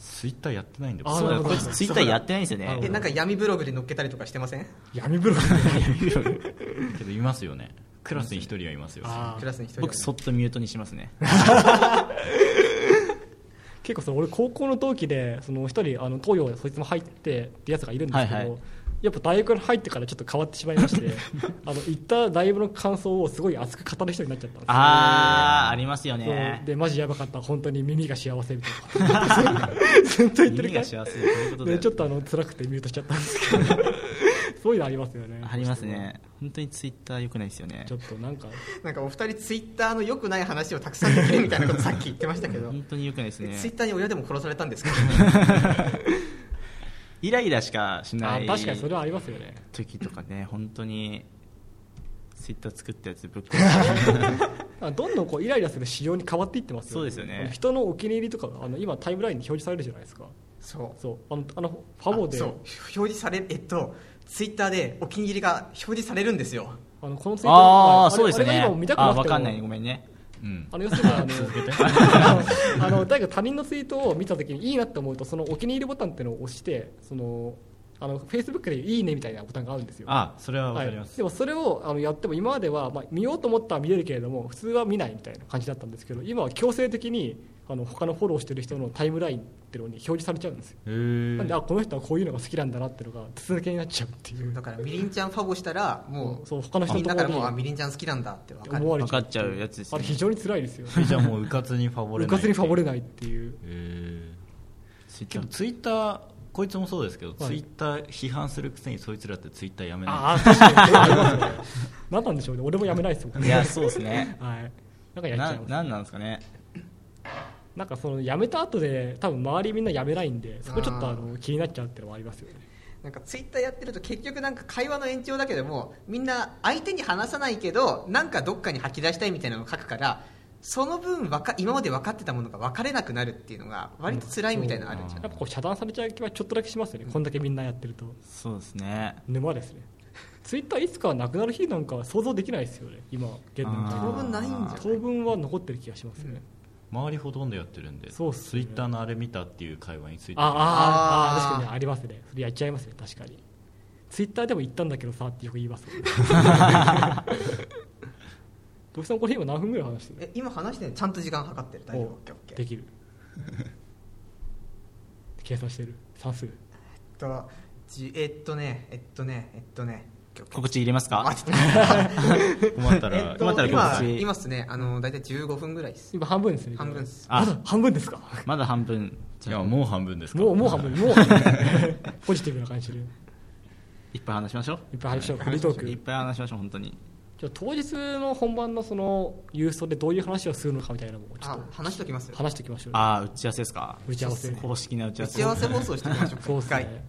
Speaker 4: ツイッターやってないんだ
Speaker 2: あ
Speaker 4: よ
Speaker 2: ー
Speaker 3: そうだ
Speaker 2: なるほ
Speaker 3: よこ
Speaker 2: ど
Speaker 3: いつツイッターやってないんですよ
Speaker 2: なるほ
Speaker 3: ね
Speaker 2: ど
Speaker 1: えなんか闇ブログで載っけたりとかしてません
Speaker 2: 闇ブログ
Speaker 4: けどいますよねクラスに一人はいますよ
Speaker 2: あー
Speaker 1: クラスに一人は
Speaker 3: 僕そっとミュートにしますね
Speaker 2: 結構その俺高校の同期でその一人あの東洋そいつも入ってってやつがいるんですけど、
Speaker 3: はいはい
Speaker 2: やっぱ大学に入ってからちょっと変わってしまいまして
Speaker 3: (laughs)
Speaker 2: あの行ったライブの感想をすごい熱く語る人になっちゃったんですよ
Speaker 3: ああありますよ
Speaker 2: そう
Speaker 3: ね
Speaker 2: でマジやばかった本当に耳が幸せみたいな
Speaker 3: (laughs)
Speaker 2: ずっと言ってる
Speaker 3: 耳
Speaker 2: か
Speaker 3: が幸せということ
Speaker 2: らで
Speaker 3: で
Speaker 2: ちょっとあの辛くてミュートしちゃったんですけ
Speaker 3: (laughs)
Speaker 2: どそういうのありますよね
Speaker 3: ありますね本当にツイッター良くないですよね
Speaker 2: ちょっとなんか
Speaker 1: なんかお二人ツイッターの良くない話をたくさんできるみたいなことさっき言ってましたけど
Speaker 3: 本当に良くないですね
Speaker 1: ツイッターに親でも殺されたんですか
Speaker 3: (laughs) イライラしかし
Speaker 2: あ
Speaker 3: ない
Speaker 2: 確かにそれはありますよね
Speaker 3: 時とかね本当にツイッター作ったや
Speaker 2: (laughs)
Speaker 3: つぶっ壊して
Speaker 2: あどんどんこうイライラする仕様に変わっていってますよ
Speaker 3: そうですよね
Speaker 2: 人のお気に入りとかあの今タイムラインに表示されるじゃないですか
Speaker 1: そう
Speaker 2: そうあのあのファボで
Speaker 1: あそう表示されえっとツイッターでお気に入りが表示されるんですよ
Speaker 2: あのこのツイート
Speaker 3: ああ
Speaker 2: れ
Speaker 3: そうです
Speaker 2: あれ
Speaker 3: ね
Speaker 2: が今も見たく
Speaker 3: あ
Speaker 2: なく
Speaker 3: ー
Speaker 2: ても
Speaker 3: わかんないごめんね
Speaker 4: うん
Speaker 2: あの要する
Speaker 3: (laughs)
Speaker 2: にあの (laughs) あのあの誰か他人のツイートを見たときにいいなって思うとそのお気に入りボタンっていうのを押してそのあのフェイスブックでいういいねみたいなボタンがあるんですよ。
Speaker 4: あそれはわ
Speaker 2: は
Speaker 4: か
Speaker 2: い
Speaker 4: ります、
Speaker 2: でもそれをあのやっても今までは、まあ、見ようと思ったら見れるけれども普通は見ないみたいな感じだったんですけど今は強制的にあの他のフォローしてる人のタイムラインっていうのに表示されちゃうんですよ
Speaker 4: へ
Speaker 2: なんで
Speaker 4: ー
Speaker 2: あこの人はこういうのが好きなんだなっていうのが続けになっちゃうっていう
Speaker 1: だからみりんちゃんファボしたらもう
Speaker 2: そう他の人
Speaker 1: みんなからもうあ
Speaker 2: の
Speaker 1: みりんちゃん好きなんだって分かる
Speaker 2: 思われ
Speaker 3: 分
Speaker 2: ちゃ
Speaker 3: か
Speaker 2: う
Speaker 3: っちゃうやつです
Speaker 2: あれ
Speaker 3: ね
Speaker 2: 非常に辛い
Speaker 3: (laughs)
Speaker 2: ですよ
Speaker 4: じゃあもううかつにファボれ
Speaker 2: う
Speaker 4: ない
Speaker 2: かつにファボれ
Speaker 4: ない
Speaker 2: ないっていう
Speaker 4: へえでもツイッターこいつもそうですけど、
Speaker 2: はい
Speaker 4: ツイッター批判するくせにそいつらってツイッターやめない
Speaker 2: ああ確かにあ (laughs) りますよね何なんでしょうね俺もやめないですもん
Speaker 3: いやそうですね
Speaker 2: はいなんか (laughs) やっちゃ
Speaker 3: ない
Speaker 2: ます
Speaker 3: なんなんですかね
Speaker 2: なんかそのやめた後で多分周りみんなやめないんでそこちょっと
Speaker 1: あ
Speaker 2: あ
Speaker 1: ー
Speaker 2: の気になっちゃうっていうのもありますよね
Speaker 1: なんかツイッターやってると結局なんか会話の延長だけどもみんな相手に話さないけどなんかどっかに吐き出したいみたいなのを書くからその分わか今まで分かってたものが分かれなくなるっていうのが割と辛いみたいなのあるんじゃ
Speaker 2: や
Speaker 1: ん
Speaker 2: っぱこう遮断されちゃう気はちょっとだけしますよねこんだけみんなやってると
Speaker 3: そうですね
Speaker 2: 沼ですねツイッターいつかなくなる日なんかは想像できないですよね今現
Speaker 3: あ
Speaker 1: 当
Speaker 2: 段
Speaker 3: ー
Speaker 1: 分ないんじゃない
Speaker 2: 階当分は残ってる気がしますね、
Speaker 4: 周りほとんどやってるんで
Speaker 2: そうっす
Speaker 4: ツ
Speaker 2: ね
Speaker 4: イッターのあれ見たっていう会話について
Speaker 2: あああー
Speaker 1: あー
Speaker 2: あー確かにありますねそれやっちゃいますね確かにツイッターでも言ったんだけどさってよく言い
Speaker 1: (laughs)
Speaker 2: ますよね土井さんこれ今何分ぐらい話してる
Speaker 1: え今話してんのちゃんと時間計ってる大丈夫
Speaker 2: お
Speaker 1: OKOK
Speaker 2: できる計算してる算数
Speaker 1: えっとじえっとねえっとねえっとね
Speaker 3: 告知入れます
Speaker 1: あ
Speaker 3: か
Speaker 1: ちょっと待って
Speaker 4: 困ったら、
Speaker 1: えっと
Speaker 3: 困ったら
Speaker 1: 今
Speaker 3: 告知
Speaker 1: 今っすねあの大体15分ぐらいです
Speaker 2: 今半分ですね
Speaker 1: 半分です
Speaker 2: まだ半分ですか
Speaker 3: まだ半分
Speaker 4: いやもう半分ですか
Speaker 2: もうもう半分もう半分ポジティブな感じでい
Speaker 3: いっぱい話しましょ
Speaker 2: っぱい話しようフリートー
Speaker 3: う
Speaker 2: ク
Speaker 3: いっぱい話しましょう本当に
Speaker 2: じゃあ当日の本番のその郵送でどういう話をするのかみたいなのもちょっ
Speaker 1: あ話しときます
Speaker 2: と話しておきましょう
Speaker 3: ああ打ち合わせですか
Speaker 2: 打ち合わせ
Speaker 3: 公式な打ち
Speaker 1: 打
Speaker 3: 合わ
Speaker 1: ち
Speaker 3: せ
Speaker 1: 合わせ放送してみましょうか
Speaker 2: そうで
Speaker 1: 一
Speaker 2: す
Speaker 1: 回
Speaker 2: ね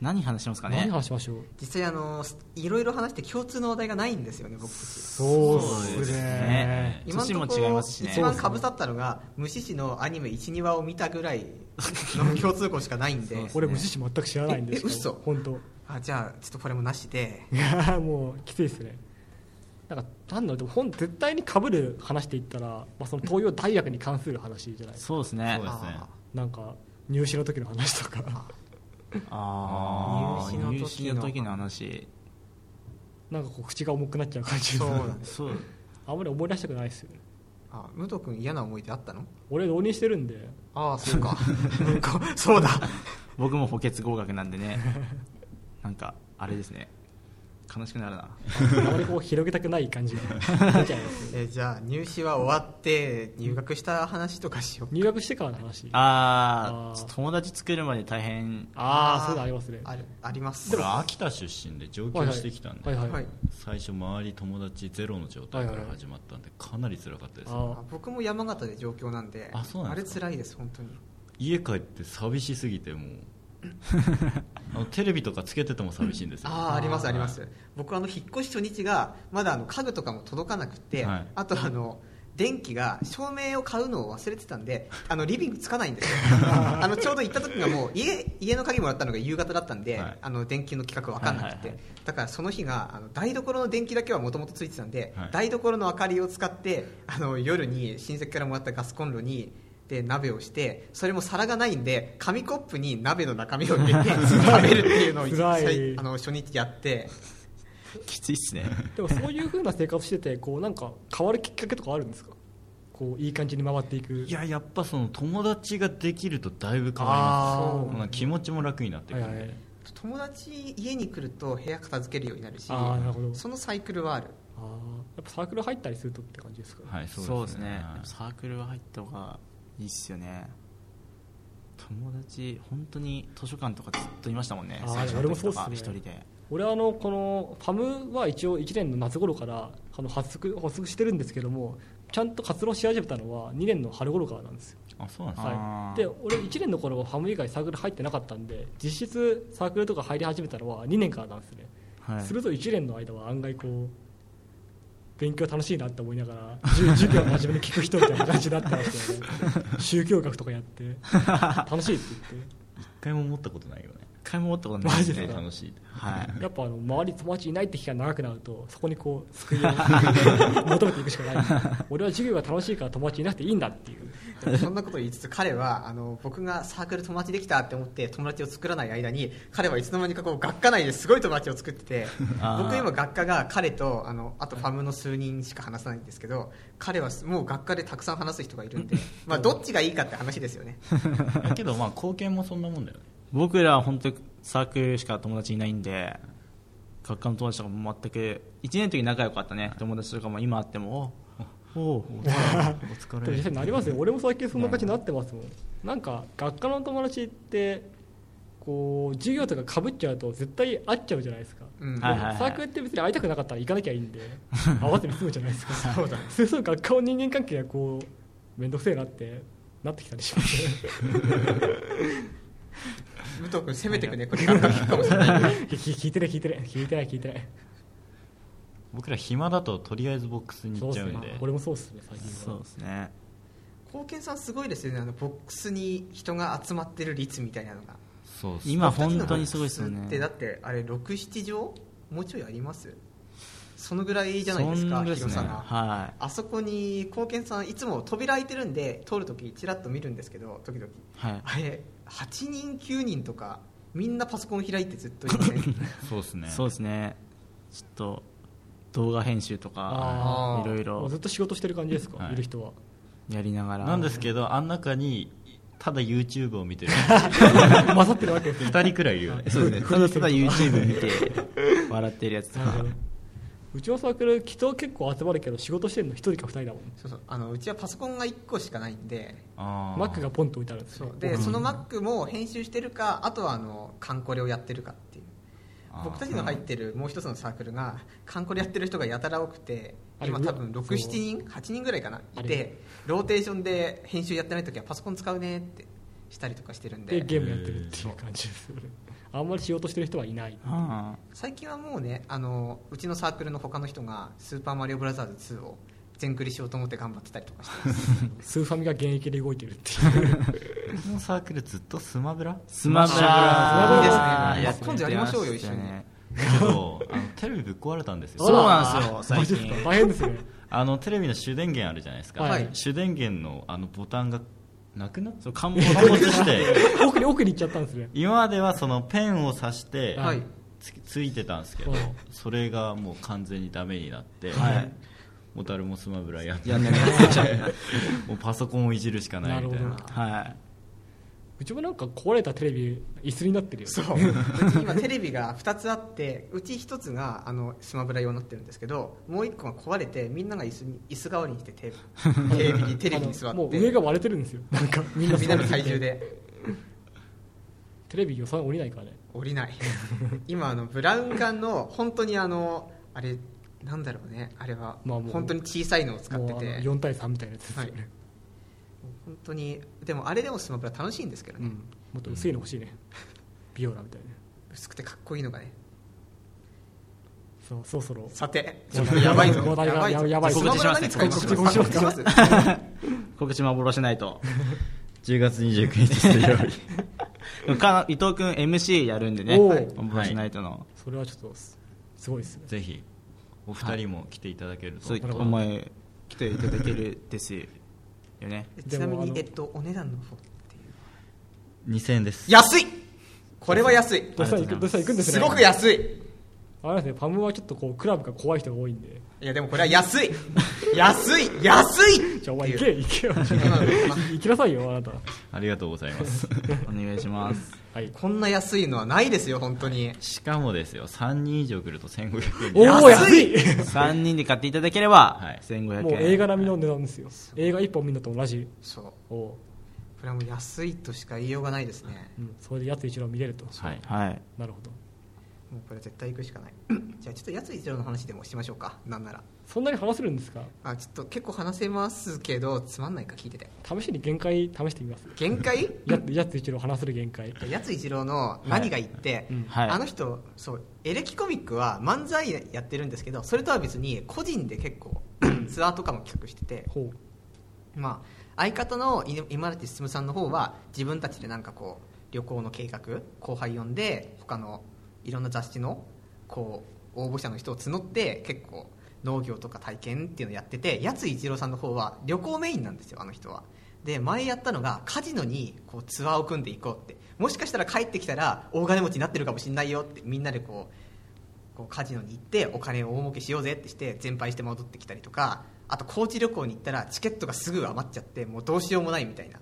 Speaker 3: 何話しますかね
Speaker 2: 何話しましょう
Speaker 1: 実際あのすいろいろ話して共通の話題がないんですよね僕たち
Speaker 2: そう
Speaker 4: そうです
Speaker 3: ね
Speaker 1: 今の
Speaker 3: 年
Speaker 1: と
Speaker 3: も
Speaker 1: こ
Speaker 3: 違い
Speaker 1: ろ
Speaker 3: ますしね
Speaker 1: 一番かぶさったのが無視市のアニメ12話を見たぐらいの共通項しかないんで
Speaker 3: そうそう
Speaker 2: 俺無視し全く知らないんですけど
Speaker 1: ええ嘘
Speaker 2: 本当
Speaker 1: あじゃあちょっとこれもなしで
Speaker 2: いやーもうきついですねなんかなんだろうでも本絶対にかぶる話で言ったら、まあ、その東洋大学に関する話じゃないですか
Speaker 3: そうですね
Speaker 4: そうですね
Speaker 1: あ
Speaker 2: なんか入試の時の話とか (laughs)
Speaker 3: あ
Speaker 1: 入
Speaker 3: あ
Speaker 1: 試の時の
Speaker 3: 入試の時の話
Speaker 2: なんかこう口が重くなっちゃう感じ
Speaker 1: そう
Speaker 2: で
Speaker 1: だね
Speaker 3: そう
Speaker 2: あんまり思い出したくないですよね
Speaker 1: ーあ武藤君嫌な思い出あったの
Speaker 2: 俺浪人してるんで
Speaker 1: ああそうかうんこそうだ
Speaker 5: 僕も補欠合格なんでねなんかあれですね悲しくなるな
Speaker 2: あまりこう広げたくない感じが出ちゃいます
Speaker 1: えじゃあ入試は終わって入学した話とかしよう
Speaker 2: 入学してからの話
Speaker 5: あ
Speaker 2: ああー
Speaker 5: あ友達作るまで大変
Speaker 2: あーそういうのありますね
Speaker 1: あるあります
Speaker 4: 俺秋田出身で上京してきたんで、
Speaker 2: はいはい、
Speaker 1: はい
Speaker 4: 最初周り友達ゼロの状態から始まったんでかなり辛かったです、
Speaker 2: あ
Speaker 1: あ僕も山形で上京なんで
Speaker 4: あそうなん
Speaker 1: あ
Speaker 4: で
Speaker 1: れ
Speaker 4: すか
Speaker 1: 辛いです本当に
Speaker 4: 家帰って寂しすぎ
Speaker 2: (laughs)
Speaker 4: てもうあのテレビとかつけてても寂しいんですよ
Speaker 1: あああります
Speaker 4: はい
Speaker 1: あります僕あの引っ越し初日がまだあの家具とかも届かなくて、
Speaker 4: はい
Speaker 1: あとあの電気が照明を買うのを忘れてたんであのリビングつかないん
Speaker 4: (laughs)
Speaker 1: ですよあのちょうど行った時がもう家家の鍵もらったのが夕方だったんで、
Speaker 4: はい
Speaker 1: あの電球の企画分かんな
Speaker 5: は
Speaker 1: くて、
Speaker 5: いはいはい
Speaker 1: だからその日があの台所の電気だけはもともとついてたんで、
Speaker 4: はい
Speaker 1: 台所の明かりを使ってあの夜に親戚からもらったガスコンロにで鍋をしてそれも皿がないんで紙コップに鍋の中身を入
Speaker 4: (laughs)
Speaker 1: れて食べるっていうのを一
Speaker 2: 辛い
Speaker 1: 最あの初日やって
Speaker 5: きついっすね
Speaker 2: でもそういう風な生活しててこうなんか変わるきっかけとかあるんですかこういい感じに回っていく
Speaker 4: いややっぱその友達ができるとだいぶ変わり
Speaker 2: あ
Speaker 4: ま
Speaker 2: ー
Speaker 4: すその気持ちも楽になってく
Speaker 2: はい
Speaker 4: る
Speaker 2: は
Speaker 4: ん
Speaker 2: い
Speaker 4: で、
Speaker 2: はい
Speaker 1: 友達家に来ると部屋片付けるようになるし
Speaker 2: ああなるほど
Speaker 1: そのサイクルはある
Speaker 2: ああやっぱサークル入ったりするとって感じですか、
Speaker 4: はい
Speaker 5: そうですね
Speaker 4: はい
Speaker 5: やっぱサークルは入った方がいいっすよね友達本当に図書館とかずっといましたもんね
Speaker 2: あー
Speaker 5: 最初の
Speaker 2: 俺も
Speaker 5: 時と
Speaker 2: そうっ
Speaker 5: か
Speaker 2: すね
Speaker 5: 一人で
Speaker 2: 俺はあのこのファムは一応1年の夏頃からあの発足発足してるんですけどもちゃんと活動し始めたのは2年の春頃からなんですよ、
Speaker 4: あそうなんですね
Speaker 5: あー
Speaker 2: はい、で俺1年の頃はファム以外サークル入ってなかったんで実質サークルとか入り始めたのは2年からなんですね、
Speaker 5: はい
Speaker 2: すると1年の間は案外こう勉強楽しいなって思いながら授授業を真面目に聞く人みたいな感じだったんですよね宗教学とかやって楽しいって言って
Speaker 4: 一回も思ったことないよ
Speaker 2: (laughs)
Speaker 4: ね
Speaker 5: 一回も思ったことない
Speaker 2: マジで
Speaker 4: 楽しい
Speaker 2: (laughs)
Speaker 4: って
Speaker 5: はい
Speaker 2: やっぱあの周りに友達いないって期間長くなるとそこにこう救いを求めていくしかない俺は授業が楽しいから友達いなくていいんだっていう
Speaker 1: でもそんなこと言いつつ彼はあの僕がサークル友達できたって思って友達を作らない間に彼はいつの間にかこう学科内ですごい友達を作ってて
Speaker 5: あー
Speaker 1: 僕今学科が彼とあのあとファムの数人しか話さないんですけど彼はもう学科でたくさん話す人がいるんでまあどっちがいいかって話ですよね
Speaker 4: だけどまあ貢献もそんなもんだよね
Speaker 5: 僕らは本当にサークルしか友達いないんで学科の友達とかも全く1年の時仲良かったね友達とかも今あってもおおお
Speaker 4: お疲
Speaker 2: (laughs) でも実際なりますよ俺も最近そんな感じになってますもんなんか学科の友達ってこう授業とかかぶっちゃうと絶対会っちゃうじゃないですか
Speaker 1: うん
Speaker 5: はいはい
Speaker 2: サークルって別に会いたくなかったら行かなきゃいいんで会わずに済むじゃないですかそうだそうすると学科の人間関係がこう面倒くせえなってなってきたりしますね
Speaker 1: 武藤君攻めてくねこれ学科聞くかもしれない
Speaker 2: 聞いてない聞いてない聞いてない聞いてない
Speaker 4: 僕ら暇だととりあえずボックスに行っちゃうんで
Speaker 2: 俺もそうっすね最近は
Speaker 5: そうですね
Speaker 1: 貢献さんすごいですよねあのボックスに人が集まってる率みたいなのが
Speaker 4: そうそう
Speaker 5: 今本当にすごいですよね
Speaker 1: でだってあれ67畳もうちょいありますそのぐらいじゃないです
Speaker 5: そ
Speaker 1: か
Speaker 5: んですね
Speaker 1: 広さが、
Speaker 5: は
Speaker 1: あそこに貢献さんいつも扉開いてるんで通るときちらっと見るんですけど時々
Speaker 5: いはい
Speaker 1: あれ8人9人とかみんなパソコン開いてずっといませ
Speaker 5: (laughs)
Speaker 1: ん
Speaker 4: そうですね
Speaker 5: そうですねちょっと動画編集と
Speaker 2: あ
Speaker 5: か
Speaker 1: ー
Speaker 5: いろい
Speaker 2: もう
Speaker 5: ろ
Speaker 2: ずっと仕事してる感じですか、
Speaker 4: はい
Speaker 2: い、る人は
Speaker 5: やりながら
Speaker 4: なんですけどあん中にただ YouTube を見てる
Speaker 2: 混ざってるわけ
Speaker 4: (laughs)
Speaker 2: ですね
Speaker 4: 2人くらいいるよね
Speaker 5: (laughs) そうですねただただ YouTube 見て (laughs) 笑ってるやつと
Speaker 2: なるほ
Speaker 5: か
Speaker 2: どうちのサークル人結構集まるけど仕事してるの1人か2人だもん
Speaker 1: そうそうあのうちはパソコンが1個しかないんで
Speaker 4: あー
Speaker 2: マックがポンと置いてあるんです
Speaker 1: そ
Speaker 2: よ
Speaker 1: うでその Mac も編集してるかあとはあのカンコレをやってるかっていう
Speaker 4: あー
Speaker 1: 僕たちの入ってるもう一つのサークルがカンコレやってる人がやたら多くて
Speaker 2: あれ
Speaker 1: 今多分
Speaker 2: うわ
Speaker 1: 67人8人ぐらいかな
Speaker 2: あ
Speaker 1: い
Speaker 2: れ
Speaker 1: てローテーションで編集やってない時はパソコン使うねってしたりとかしてるん
Speaker 2: で
Speaker 1: で
Speaker 2: ゲームやってるっていう感じですよねあんまり仕事してる人はいない
Speaker 5: あ
Speaker 1: 最近はもうねあのうちのサークルの他の人が「スーパーマリオブラザーズ2」を全クリしようと思って頑張ってたりとかしてます
Speaker 2: スーファミが現役で動いてるっていう
Speaker 4: このサークルずっとスマブラ
Speaker 5: スマブラ
Speaker 1: あーいいですね今度やりましょうよ
Speaker 5: って
Speaker 1: 一緒に
Speaker 4: だけどあのテレビぶっ壊れたんですよ
Speaker 5: そうなんですよ
Speaker 2: あらマジですか大変ですね
Speaker 4: あのテレビの主電源あるじゃないですか、
Speaker 2: はい
Speaker 4: 主電源のあのボタンがなくなっ
Speaker 5: そう看板
Speaker 4: 陥
Speaker 2: (laughs)
Speaker 4: 没して
Speaker 2: 奥に奥に行っちゃったんですね
Speaker 4: 今まではそのペンを刺して
Speaker 2: は
Speaker 1: はいい
Speaker 4: つついてたんですけど
Speaker 2: はい
Speaker 4: それがもう完全にダメになって、
Speaker 5: はい
Speaker 4: モタルもスマブラやん
Speaker 5: やんなきゃ
Speaker 4: もうパソコンをいじるしかないみたいな
Speaker 2: なる
Speaker 5: (laughs)
Speaker 2: ほ
Speaker 5: は
Speaker 2: うちもなんか壊れたテレビ椅子になってるよね (laughs)
Speaker 1: そううち今テレビが2つあってうち1つがあのスマブラ用になってるんですけどもう1個が壊れてみんなが椅子に椅子代わりにしてテ
Speaker 2: (laughs)
Speaker 1: ーブルテレビにテレビに座
Speaker 2: あ
Speaker 1: っ
Speaker 2: のもう
Speaker 1: て
Speaker 2: 上が割れてるんですよなんかみんな
Speaker 1: みんなの体重で
Speaker 2: (laughs) テレビ予算降りないからね
Speaker 1: 降りない今あのブラウン管の本当にあのあれなんだろうねあれは
Speaker 2: まあもう
Speaker 1: 本当に小さいのを使って
Speaker 2: もうあの
Speaker 1: て
Speaker 2: 4対3みたいなやつですよね、
Speaker 1: 本当にでもあれでもスマブラ楽しいんですけど
Speaker 2: うん
Speaker 1: ね、
Speaker 2: もっと薄いの欲しいねビオラみたいな
Speaker 1: 薄くてかっこいいのがね
Speaker 2: そうそろそろ
Speaker 1: さて
Speaker 2: ち
Speaker 1: ち
Speaker 2: ょ
Speaker 1: ょ
Speaker 2: っ
Speaker 1: っ
Speaker 2: と
Speaker 1: と
Speaker 2: や
Speaker 1: や
Speaker 2: ば
Speaker 1: ば
Speaker 2: い
Speaker 1: い
Speaker 2: ぞ
Speaker 1: ぞ
Speaker 2: やばいぞ
Speaker 1: スマブラ何使います
Speaker 2: 告知しますか
Speaker 1: 告知しま
Speaker 5: い告知幻ないと
Speaker 4: 10月29日水曜日
Speaker 5: か伊藤君 MC やるんでね
Speaker 2: おう
Speaker 5: 幻ないとの、
Speaker 2: それはちょっとすすごいですね
Speaker 4: ぜひお二人も来ていただけると、
Speaker 5: そう
Speaker 2: なるほど
Speaker 5: お前来ていただけるですよね
Speaker 1: すちなみ
Speaker 2: でもあ
Speaker 1: に
Speaker 2: の
Speaker 1: えっとお値段の方っていう
Speaker 4: 2000円です
Speaker 1: 安いこれは安い
Speaker 2: どうしたら行くどうしたら行くんです
Speaker 1: す
Speaker 2: ね
Speaker 1: ごく安い
Speaker 2: あれですねパムはちょっとこうクラブが怖い人が多いんで
Speaker 1: いやでもこれは安い安い安い
Speaker 2: じゃあお前行け
Speaker 1: (laughs)
Speaker 2: 行けよ行きなさいよあなた
Speaker 4: ありがとうございます
Speaker 5: (laughs) お願いします
Speaker 2: はい
Speaker 1: こんな安いのはないですよ本当に
Speaker 4: しかもですよ3人以上来ると1500円
Speaker 2: おお安
Speaker 1: (laughs)
Speaker 2: い
Speaker 5: 3人で買っていただければ、
Speaker 4: はい
Speaker 5: 1500円
Speaker 2: もう映画並みの値段ですよ映画一本見るのと同じ
Speaker 1: そう
Speaker 2: おお
Speaker 1: これはもう安いとしか言いようがないですね
Speaker 2: う、うん、それでやつ一郎見れると
Speaker 4: はい
Speaker 5: はい
Speaker 2: なるほど
Speaker 1: もうこれ絶対行くしかないじゃあちょっとやつ一郎の話でもしましょうかなんなら
Speaker 2: そんなに話せるんですか
Speaker 1: あちょっと結構話せますけどつまんないか聞いてて
Speaker 2: 試しに限界試してみます
Speaker 1: 限界
Speaker 2: ややつ一郎話せる限界
Speaker 1: やつ一郎の何が言って、
Speaker 2: うん
Speaker 5: はい
Speaker 1: あの人そうエレキコミックは漫才やってるんですけどそれとは別に個人で結構ツアーとかも企画してて、
Speaker 2: ほ
Speaker 1: まあ、相方のい今立進さんの方は自分たちでなんかこう旅行の計画後輩呼んで他のいろんな雑誌のこう応募者の人を募って結構農業とか体験っていうのをやっててやつ一郎さんの方は旅行メインなんですよあの人はで前やったのがカジノにこうツアーを組んでいこうってもしかしたら帰ってきたら大金持ちになってるかもしれないよってみんなでこうこうカジノに行ってお金を大儲けしようぜってして全敗して戻ってきたりとかあと高知旅行に行ったらチケットがすぐ余っちゃってもうどうしようもないみたいな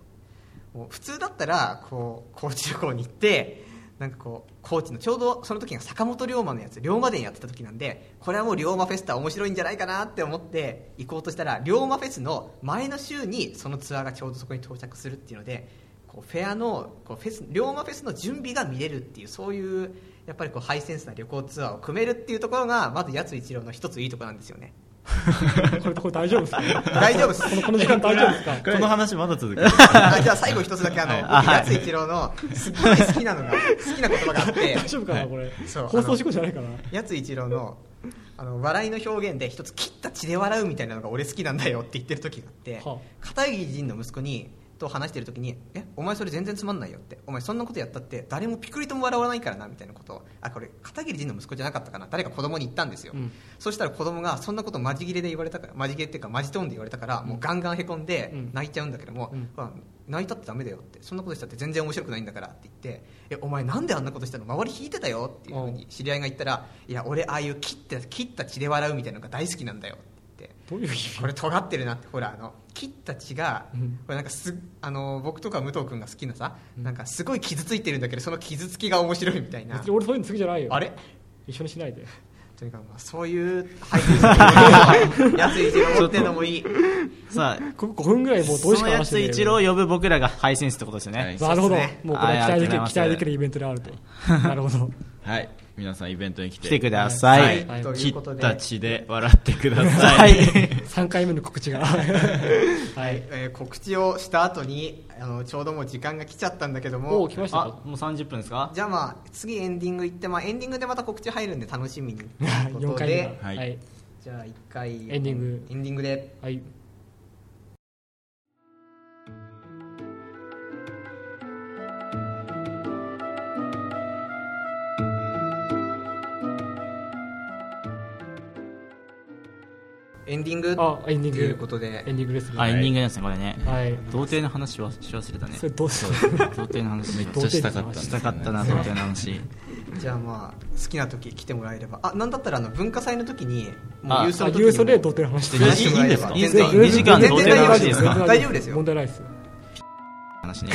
Speaker 1: もう普通だったらこう高知旅行に行ってなんかこう高知のちょうどその時が坂本龍馬のやつ龍馬伝やってた時なんでこれはもう龍馬フェスタ面白いんじゃないかなって思って行こうとしたら龍馬フェスの前の週にそのツアーがちょうどそこに到着するっていうのでこうフェアのこうフェス龍馬フェスの準備が見れるっていうそういうやっぱりこうハイセンスな旅行ツアーを組めるっていうところがまずやつ一郎の一ついいところなんですよね
Speaker 2: うこれこれ大丈夫ですか
Speaker 1: 大丈夫です
Speaker 2: このこの時間大丈夫ですか
Speaker 4: (laughs) この話まだ続く
Speaker 1: あじゃあ最後一つだけあの、僕やつ一郎のすっごい好きなのが好きな言葉があって
Speaker 2: 大丈夫かなこれ
Speaker 1: そう
Speaker 2: 放送事故じゃないかな
Speaker 1: やつ一郎のあの笑いの表現で一つ切った血で笑うみたいなのが俺好きなんだよって言ってる時があって、
Speaker 2: はあ
Speaker 1: 片桐仁の息子にと話してる時に「えお前それ全然つまんないよ」って「お前そんなことやったって誰もピクリとも笑わないからな」みたいなことをあこれ片桐仁の息子じゃなかったかな誰か子供に言ったんですよ、
Speaker 2: うん
Speaker 1: そしたら子供がそんなことマジ切れで言われたからマジ切れっていうかマジトーンで言われたからもうガンガンへこんで
Speaker 2: うん
Speaker 1: 泣いちゃうんだけども、
Speaker 2: うん
Speaker 1: まあ泣いたってダメだよってそんなことしたって全然面白くないんだからって言って「えお前なんであんなことしたの周り引いてたよ」っていうふうに知り合いが言ったら「いや俺ああいう切った切った血で笑うみたいなのが大好きなんだよ」って言って。
Speaker 2: どういう意味
Speaker 1: これ尖ってるなってほらあの切った血が、
Speaker 2: うん
Speaker 1: これなんかすあの僕とか武藤君が好きなさ、なんかすごい傷ついてるんだけどその傷つきが面白いみたいな
Speaker 2: 別に俺そういうの好きじゃないよ
Speaker 1: あれ
Speaker 2: 一緒にしないで
Speaker 1: というかまあそういう配信者やつ一郎持ってるのもいい
Speaker 5: さあ
Speaker 2: ここ5分ぐらいもうどう
Speaker 5: そ
Speaker 2: しか
Speaker 5: のや
Speaker 2: 話して
Speaker 5: つ
Speaker 2: ねえよ
Speaker 5: 一郎を呼ぶ僕らがハイセンスってことですよね、
Speaker 4: はい
Speaker 2: なるほ
Speaker 1: そ
Speaker 2: ど
Speaker 1: うですね
Speaker 2: もうこれ期待でき
Speaker 5: はいありがとうござい
Speaker 2: る
Speaker 5: ます
Speaker 2: 期待できるイベントであるとなるほど
Speaker 4: はい皆さんイベントに来て
Speaker 5: 来てください、
Speaker 2: はい
Speaker 1: とい
Speaker 4: 切
Speaker 1: うこと
Speaker 4: っ
Speaker 1: で
Speaker 4: た血で笑ってくださ
Speaker 5: はい
Speaker 4: い (laughs)
Speaker 2: 3回目の告知がは
Speaker 1: はい
Speaker 2: い
Speaker 1: えー告知をした後にあのちょうどもう時間が来ちゃったんだけど
Speaker 2: おお
Speaker 1: も
Speaker 2: 来ました
Speaker 5: あ
Speaker 2: か
Speaker 5: もう30分ですか
Speaker 1: じゃあまあ次エンディング行って、まあ、エンディングでまた告知入るんで楽しみにというこ
Speaker 2: 4
Speaker 1: と
Speaker 2: 回目
Speaker 1: で
Speaker 2: だ
Speaker 4: はい
Speaker 2: はい
Speaker 1: じゃあ一回
Speaker 2: エンディング
Speaker 1: エンディングで
Speaker 2: はい
Speaker 1: エンディングと
Speaker 2: あエンディング
Speaker 1: いうことで
Speaker 2: エンディングですね
Speaker 5: あエンディングなんですねこれね、
Speaker 2: はい
Speaker 5: 童貞の話はし忘れたね
Speaker 2: それどうしよ
Speaker 5: 童貞の話めっ
Speaker 4: めっちゃしたかったん
Speaker 2: 童貞の話
Speaker 4: です
Speaker 5: し
Speaker 4: よね
Speaker 5: たかったな童貞の話
Speaker 4: (laughs)
Speaker 1: じゃあまあ好きな時来てもらえればあなんだったらあの文化祭の時にもう
Speaker 6: あ
Speaker 1: 郵
Speaker 2: (laughs)
Speaker 1: 送の時に
Speaker 2: 郵送で撮ってる話
Speaker 1: 全然
Speaker 6: いいんですか
Speaker 1: 全
Speaker 6: いい
Speaker 1: 然
Speaker 6: んですか
Speaker 1: 全然
Speaker 6: 二時間のお手直
Speaker 1: 大
Speaker 6: しで
Speaker 1: 丈夫ですす
Speaker 6: か
Speaker 1: よ大丈夫ですよ
Speaker 2: 問題ないですよ
Speaker 3: 話ね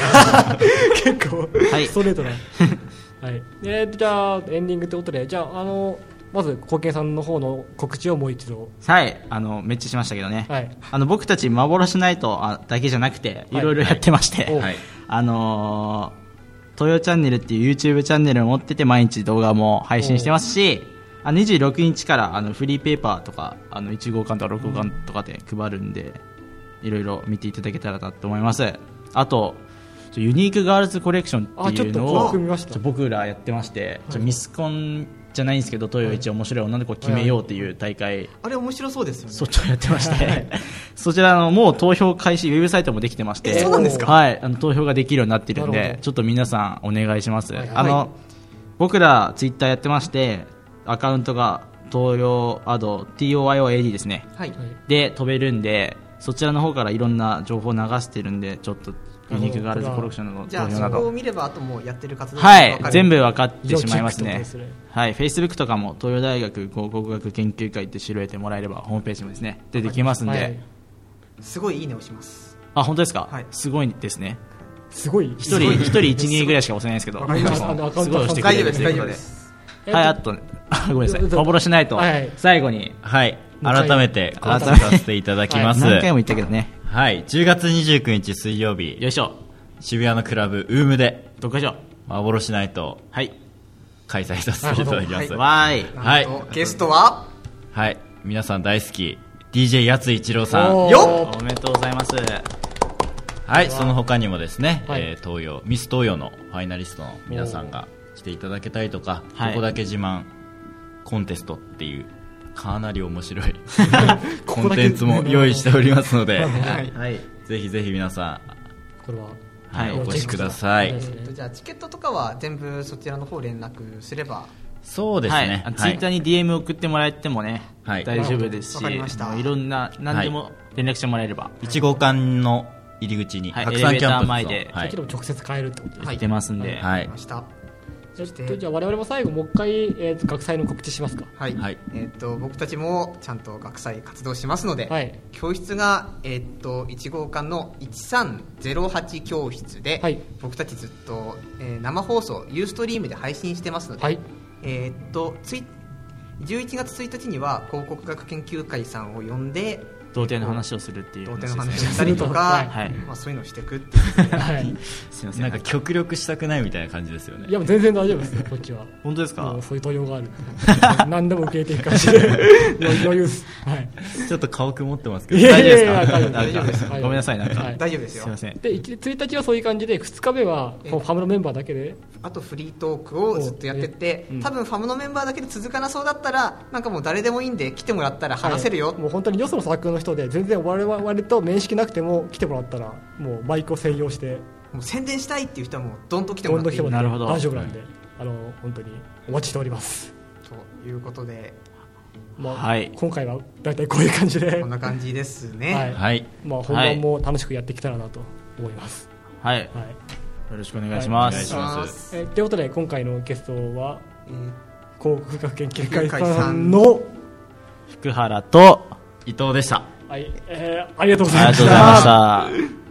Speaker 2: 結構、
Speaker 6: はい
Speaker 2: ストレートなはいえーとじゃあエンディングってことでじゃああのまずこうけいさんの方の告知をもう一度
Speaker 3: はいあのめっちゃしましたけどね、
Speaker 2: はい
Speaker 3: あの僕たち幻ナイトあだけじゃなくて
Speaker 2: はい
Speaker 3: いろいろやってまして、
Speaker 2: お
Speaker 4: はい
Speaker 3: あのー、東洋チャンネルっていう YouTube チャンネルを持ってて毎日動画も配信してますしあ26日からあのフリーペーパーとかあの1号館とか6号館とかで配るんで、いろいろ見ていただけたらなと思いますあとちょユニークガールズコレクション
Speaker 2: あ
Speaker 3: って
Speaker 2: ちょ
Speaker 3: い
Speaker 2: っ
Speaker 3: う
Speaker 2: と
Speaker 3: の
Speaker 2: 広
Speaker 3: を
Speaker 2: く見ました
Speaker 3: ちょ僕らやってまして、ちょミスコンじゃないんですけど東洋一面白い女の子を決めようっていう大会、
Speaker 1: あれ面白そうですよね
Speaker 3: そっちをやってまして、 (laughs) そちらのもう投票開始、ウェブサイトもできてまして、
Speaker 1: えそうなんですか
Speaker 3: はい、あの投票ができるようになってるん
Speaker 2: なるほ
Speaker 3: で
Speaker 2: ど、
Speaker 3: ちょっと皆さんお願いします。
Speaker 2: はい
Speaker 3: あの、僕らツイッターやってまして、アカウントが東洋アド TOYOAD ですね。
Speaker 1: はい
Speaker 2: はい
Speaker 3: で飛べるんで、そちらの方からいろんな情報流してるんで、ちょっとユニークガールズコレクションの
Speaker 1: じ
Speaker 3: 投
Speaker 1: ゃあ
Speaker 3: 票
Speaker 1: そ
Speaker 3: な
Speaker 1: こを
Speaker 3: ど。
Speaker 1: 見ればあともうやってる活動が
Speaker 3: はい
Speaker 1: わか、る
Speaker 3: 全部分かってしまいます
Speaker 2: 要チェックってことで
Speaker 3: ね
Speaker 2: すね。
Speaker 3: はい、Facebook とかも東洋大学広告学研究会って調べてもらえればホームページもですね出てきますんで、
Speaker 2: はい
Speaker 1: すごいいいねをします
Speaker 3: あ本当ですか、
Speaker 1: はい
Speaker 3: すごいですね
Speaker 2: すごい
Speaker 3: 一人一人一人ぐらいしか押せないですけど
Speaker 2: わかりましたあのアカウン
Speaker 3: す
Speaker 2: ト
Speaker 3: ごい押してく
Speaker 1: 大
Speaker 3: れ
Speaker 1: 丈夫
Speaker 3: る
Speaker 1: です大丈夫です
Speaker 2: えっ
Speaker 3: ということで
Speaker 2: と
Speaker 3: はいあとねあごめんなさい幻ないと、
Speaker 2: はいはい
Speaker 3: 最後に
Speaker 4: はい
Speaker 2: もう一回
Speaker 4: 改めて告知
Speaker 3: 改めて
Speaker 4: させていただきます、
Speaker 3: 何回も言ったけどね
Speaker 4: はい10月29日水曜日
Speaker 3: よいしょ
Speaker 4: 渋谷のクラブウームで
Speaker 3: どっかしょ
Speaker 4: 幻ナイトを
Speaker 3: はい
Speaker 4: 開催させていただきますはい、
Speaker 3: わーい
Speaker 4: はい
Speaker 1: なんとゲストは
Speaker 4: はい皆さん大好き DJ やつ一郎さん
Speaker 2: おー
Speaker 1: よ
Speaker 3: おめでとうございます
Speaker 4: はいその他にもですね、
Speaker 2: はい
Speaker 4: えー東洋ミス東洋のファイナリストの皆さんが来ていただけたりとかこ
Speaker 3: はい
Speaker 4: こだけ自慢コンテストっていうかなり面白いコンテンツも用意しておりますので、
Speaker 3: はいはい、
Speaker 4: ぜひぜひ皆さ
Speaker 2: これは
Speaker 4: ん、はい
Speaker 3: はい
Speaker 4: お越しください
Speaker 2: チェックしてください
Speaker 1: じゃあチケットとかは全部そちらの方連絡すれば
Speaker 4: そうですね、はい
Speaker 3: ツイッターに DM 送ってもらってもね、
Speaker 4: はい
Speaker 3: 大丈夫ですし
Speaker 1: わかりました
Speaker 3: もういろんな何でも連絡してもらえれば、
Speaker 4: 1号館の入り口に、
Speaker 3: はい
Speaker 4: 白山キャンパスの
Speaker 3: エレベーター前で
Speaker 4: はい
Speaker 2: そっちでも直接変えるってことですね
Speaker 1: はい
Speaker 3: 出ますんで、
Speaker 4: は
Speaker 1: あり
Speaker 4: い
Speaker 1: ました
Speaker 2: え
Speaker 1: そ
Speaker 2: っ
Speaker 1: して
Speaker 2: とじゃあ我々も最後もう一回、えーと学祭の告知しますか
Speaker 1: はい、
Speaker 4: はい
Speaker 1: えー、と僕たちもちゃんと学祭活動しますので、
Speaker 2: はい
Speaker 1: 教室が、えー、と1号館の1308教室で、
Speaker 2: はい
Speaker 1: 僕たちずっと、えー生放送ユーストリームで配信してますので、
Speaker 2: はい
Speaker 1: えー、とツイ11月1日には広告学研究会さんを呼んで
Speaker 3: 童貞の話をするっていう
Speaker 1: 童
Speaker 3: 話で
Speaker 1: 貞
Speaker 3: す
Speaker 1: の話
Speaker 3: ね
Speaker 1: をしたりとか、
Speaker 2: そう
Speaker 3: ですねはい
Speaker 1: まあ、そういうのをしていくっていう
Speaker 3: (laughs)
Speaker 2: はい
Speaker 3: すいません
Speaker 4: なんか極力したくないみたいな感じですよね
Speaker 2: いやもう全然大丈夫ですよこっちは
Speaker 3: 本当です
Speaker 2: もうそういう動揺がある (laughs) 何でも受け入れていく感じで
Speaker 3: (laughs)
Speaker 2: 余余裕ですはい
Speaker 4: ちょっと顔曇ってますけ
Speaker 2: い
Speaker 4: ど
Speaker 2: やいやい
Speaker 3: 大
Speaker 2: や
Speaker 3: 丈夫で
Speaker 2: 大
Speaker 3: すか
Speaker 2: 丈夫です
Speaker 4: (laughs)
Speaker 3: ごめんなさいなんか
Speaker 2: は
Speaker 1: 大丈夫ですよ
Speaker 3: すいません
Speaker 2: で1 1日はそういう感じで2日目は
Speaker 1: え
Speaker 2: こうファムのメンバーだけで
Speaker 1: あとフリートークをずっとやってて、多分ファムのメンバーだけで続かなそうだったらなんかもう誰でもいいんで来てもらったら話せるよ、
Speaker 2: はいもう本当によそのサークルの人で全然我々と面識なくても来てもらったらもうバイクを専用して
Speaker 1: もう宣伝したいっていう人はもうどんと来てもら
Speaker 2: ど
Speaker 1: っ
Speaker 2: んど
Speaker 1: てい
Speaker 2: ん来
Speaker 1: い
Speaker 2: てもらっ
Speaker 3: なるほ
Speaker 2: て
Speaker 3: ど
Speaker 2: 大丈夫なんであの本当にお待ちしております
Speaker 1: ということで
Speaker 2: まあ
Speaker 3: はい
Speaker 2: 今回は大体こういう感じで
Speaker 1: こんな感じですね、
Speaker 2: はい
Speaker 4: はい
Speaker 2: まあ、本番も楽しくやってきたらなと思います。
Speaker 3: はいよ
Speaker 2: はい
Speaker 3: ろしくお願いしま
Speaker 4: お願い
Speaker 3: す
Speaker 4: し
Speaker 1: お願
Speaker 4: ま
Speaker 1: いしますす
Speaker 2: えーということで今回のゲストは
Speaker 1: えー
Speaker 2: 広告学研究会さんの、
Speaker 3: 福原と
Speaker 4: 伊藤でした
Speaker 2: はいえーありがとうござい
Speaker 3: あ
Speaker 2: ま
Speaker 3: りが
Speaker 2: し。
Speaker 3: とうございましたた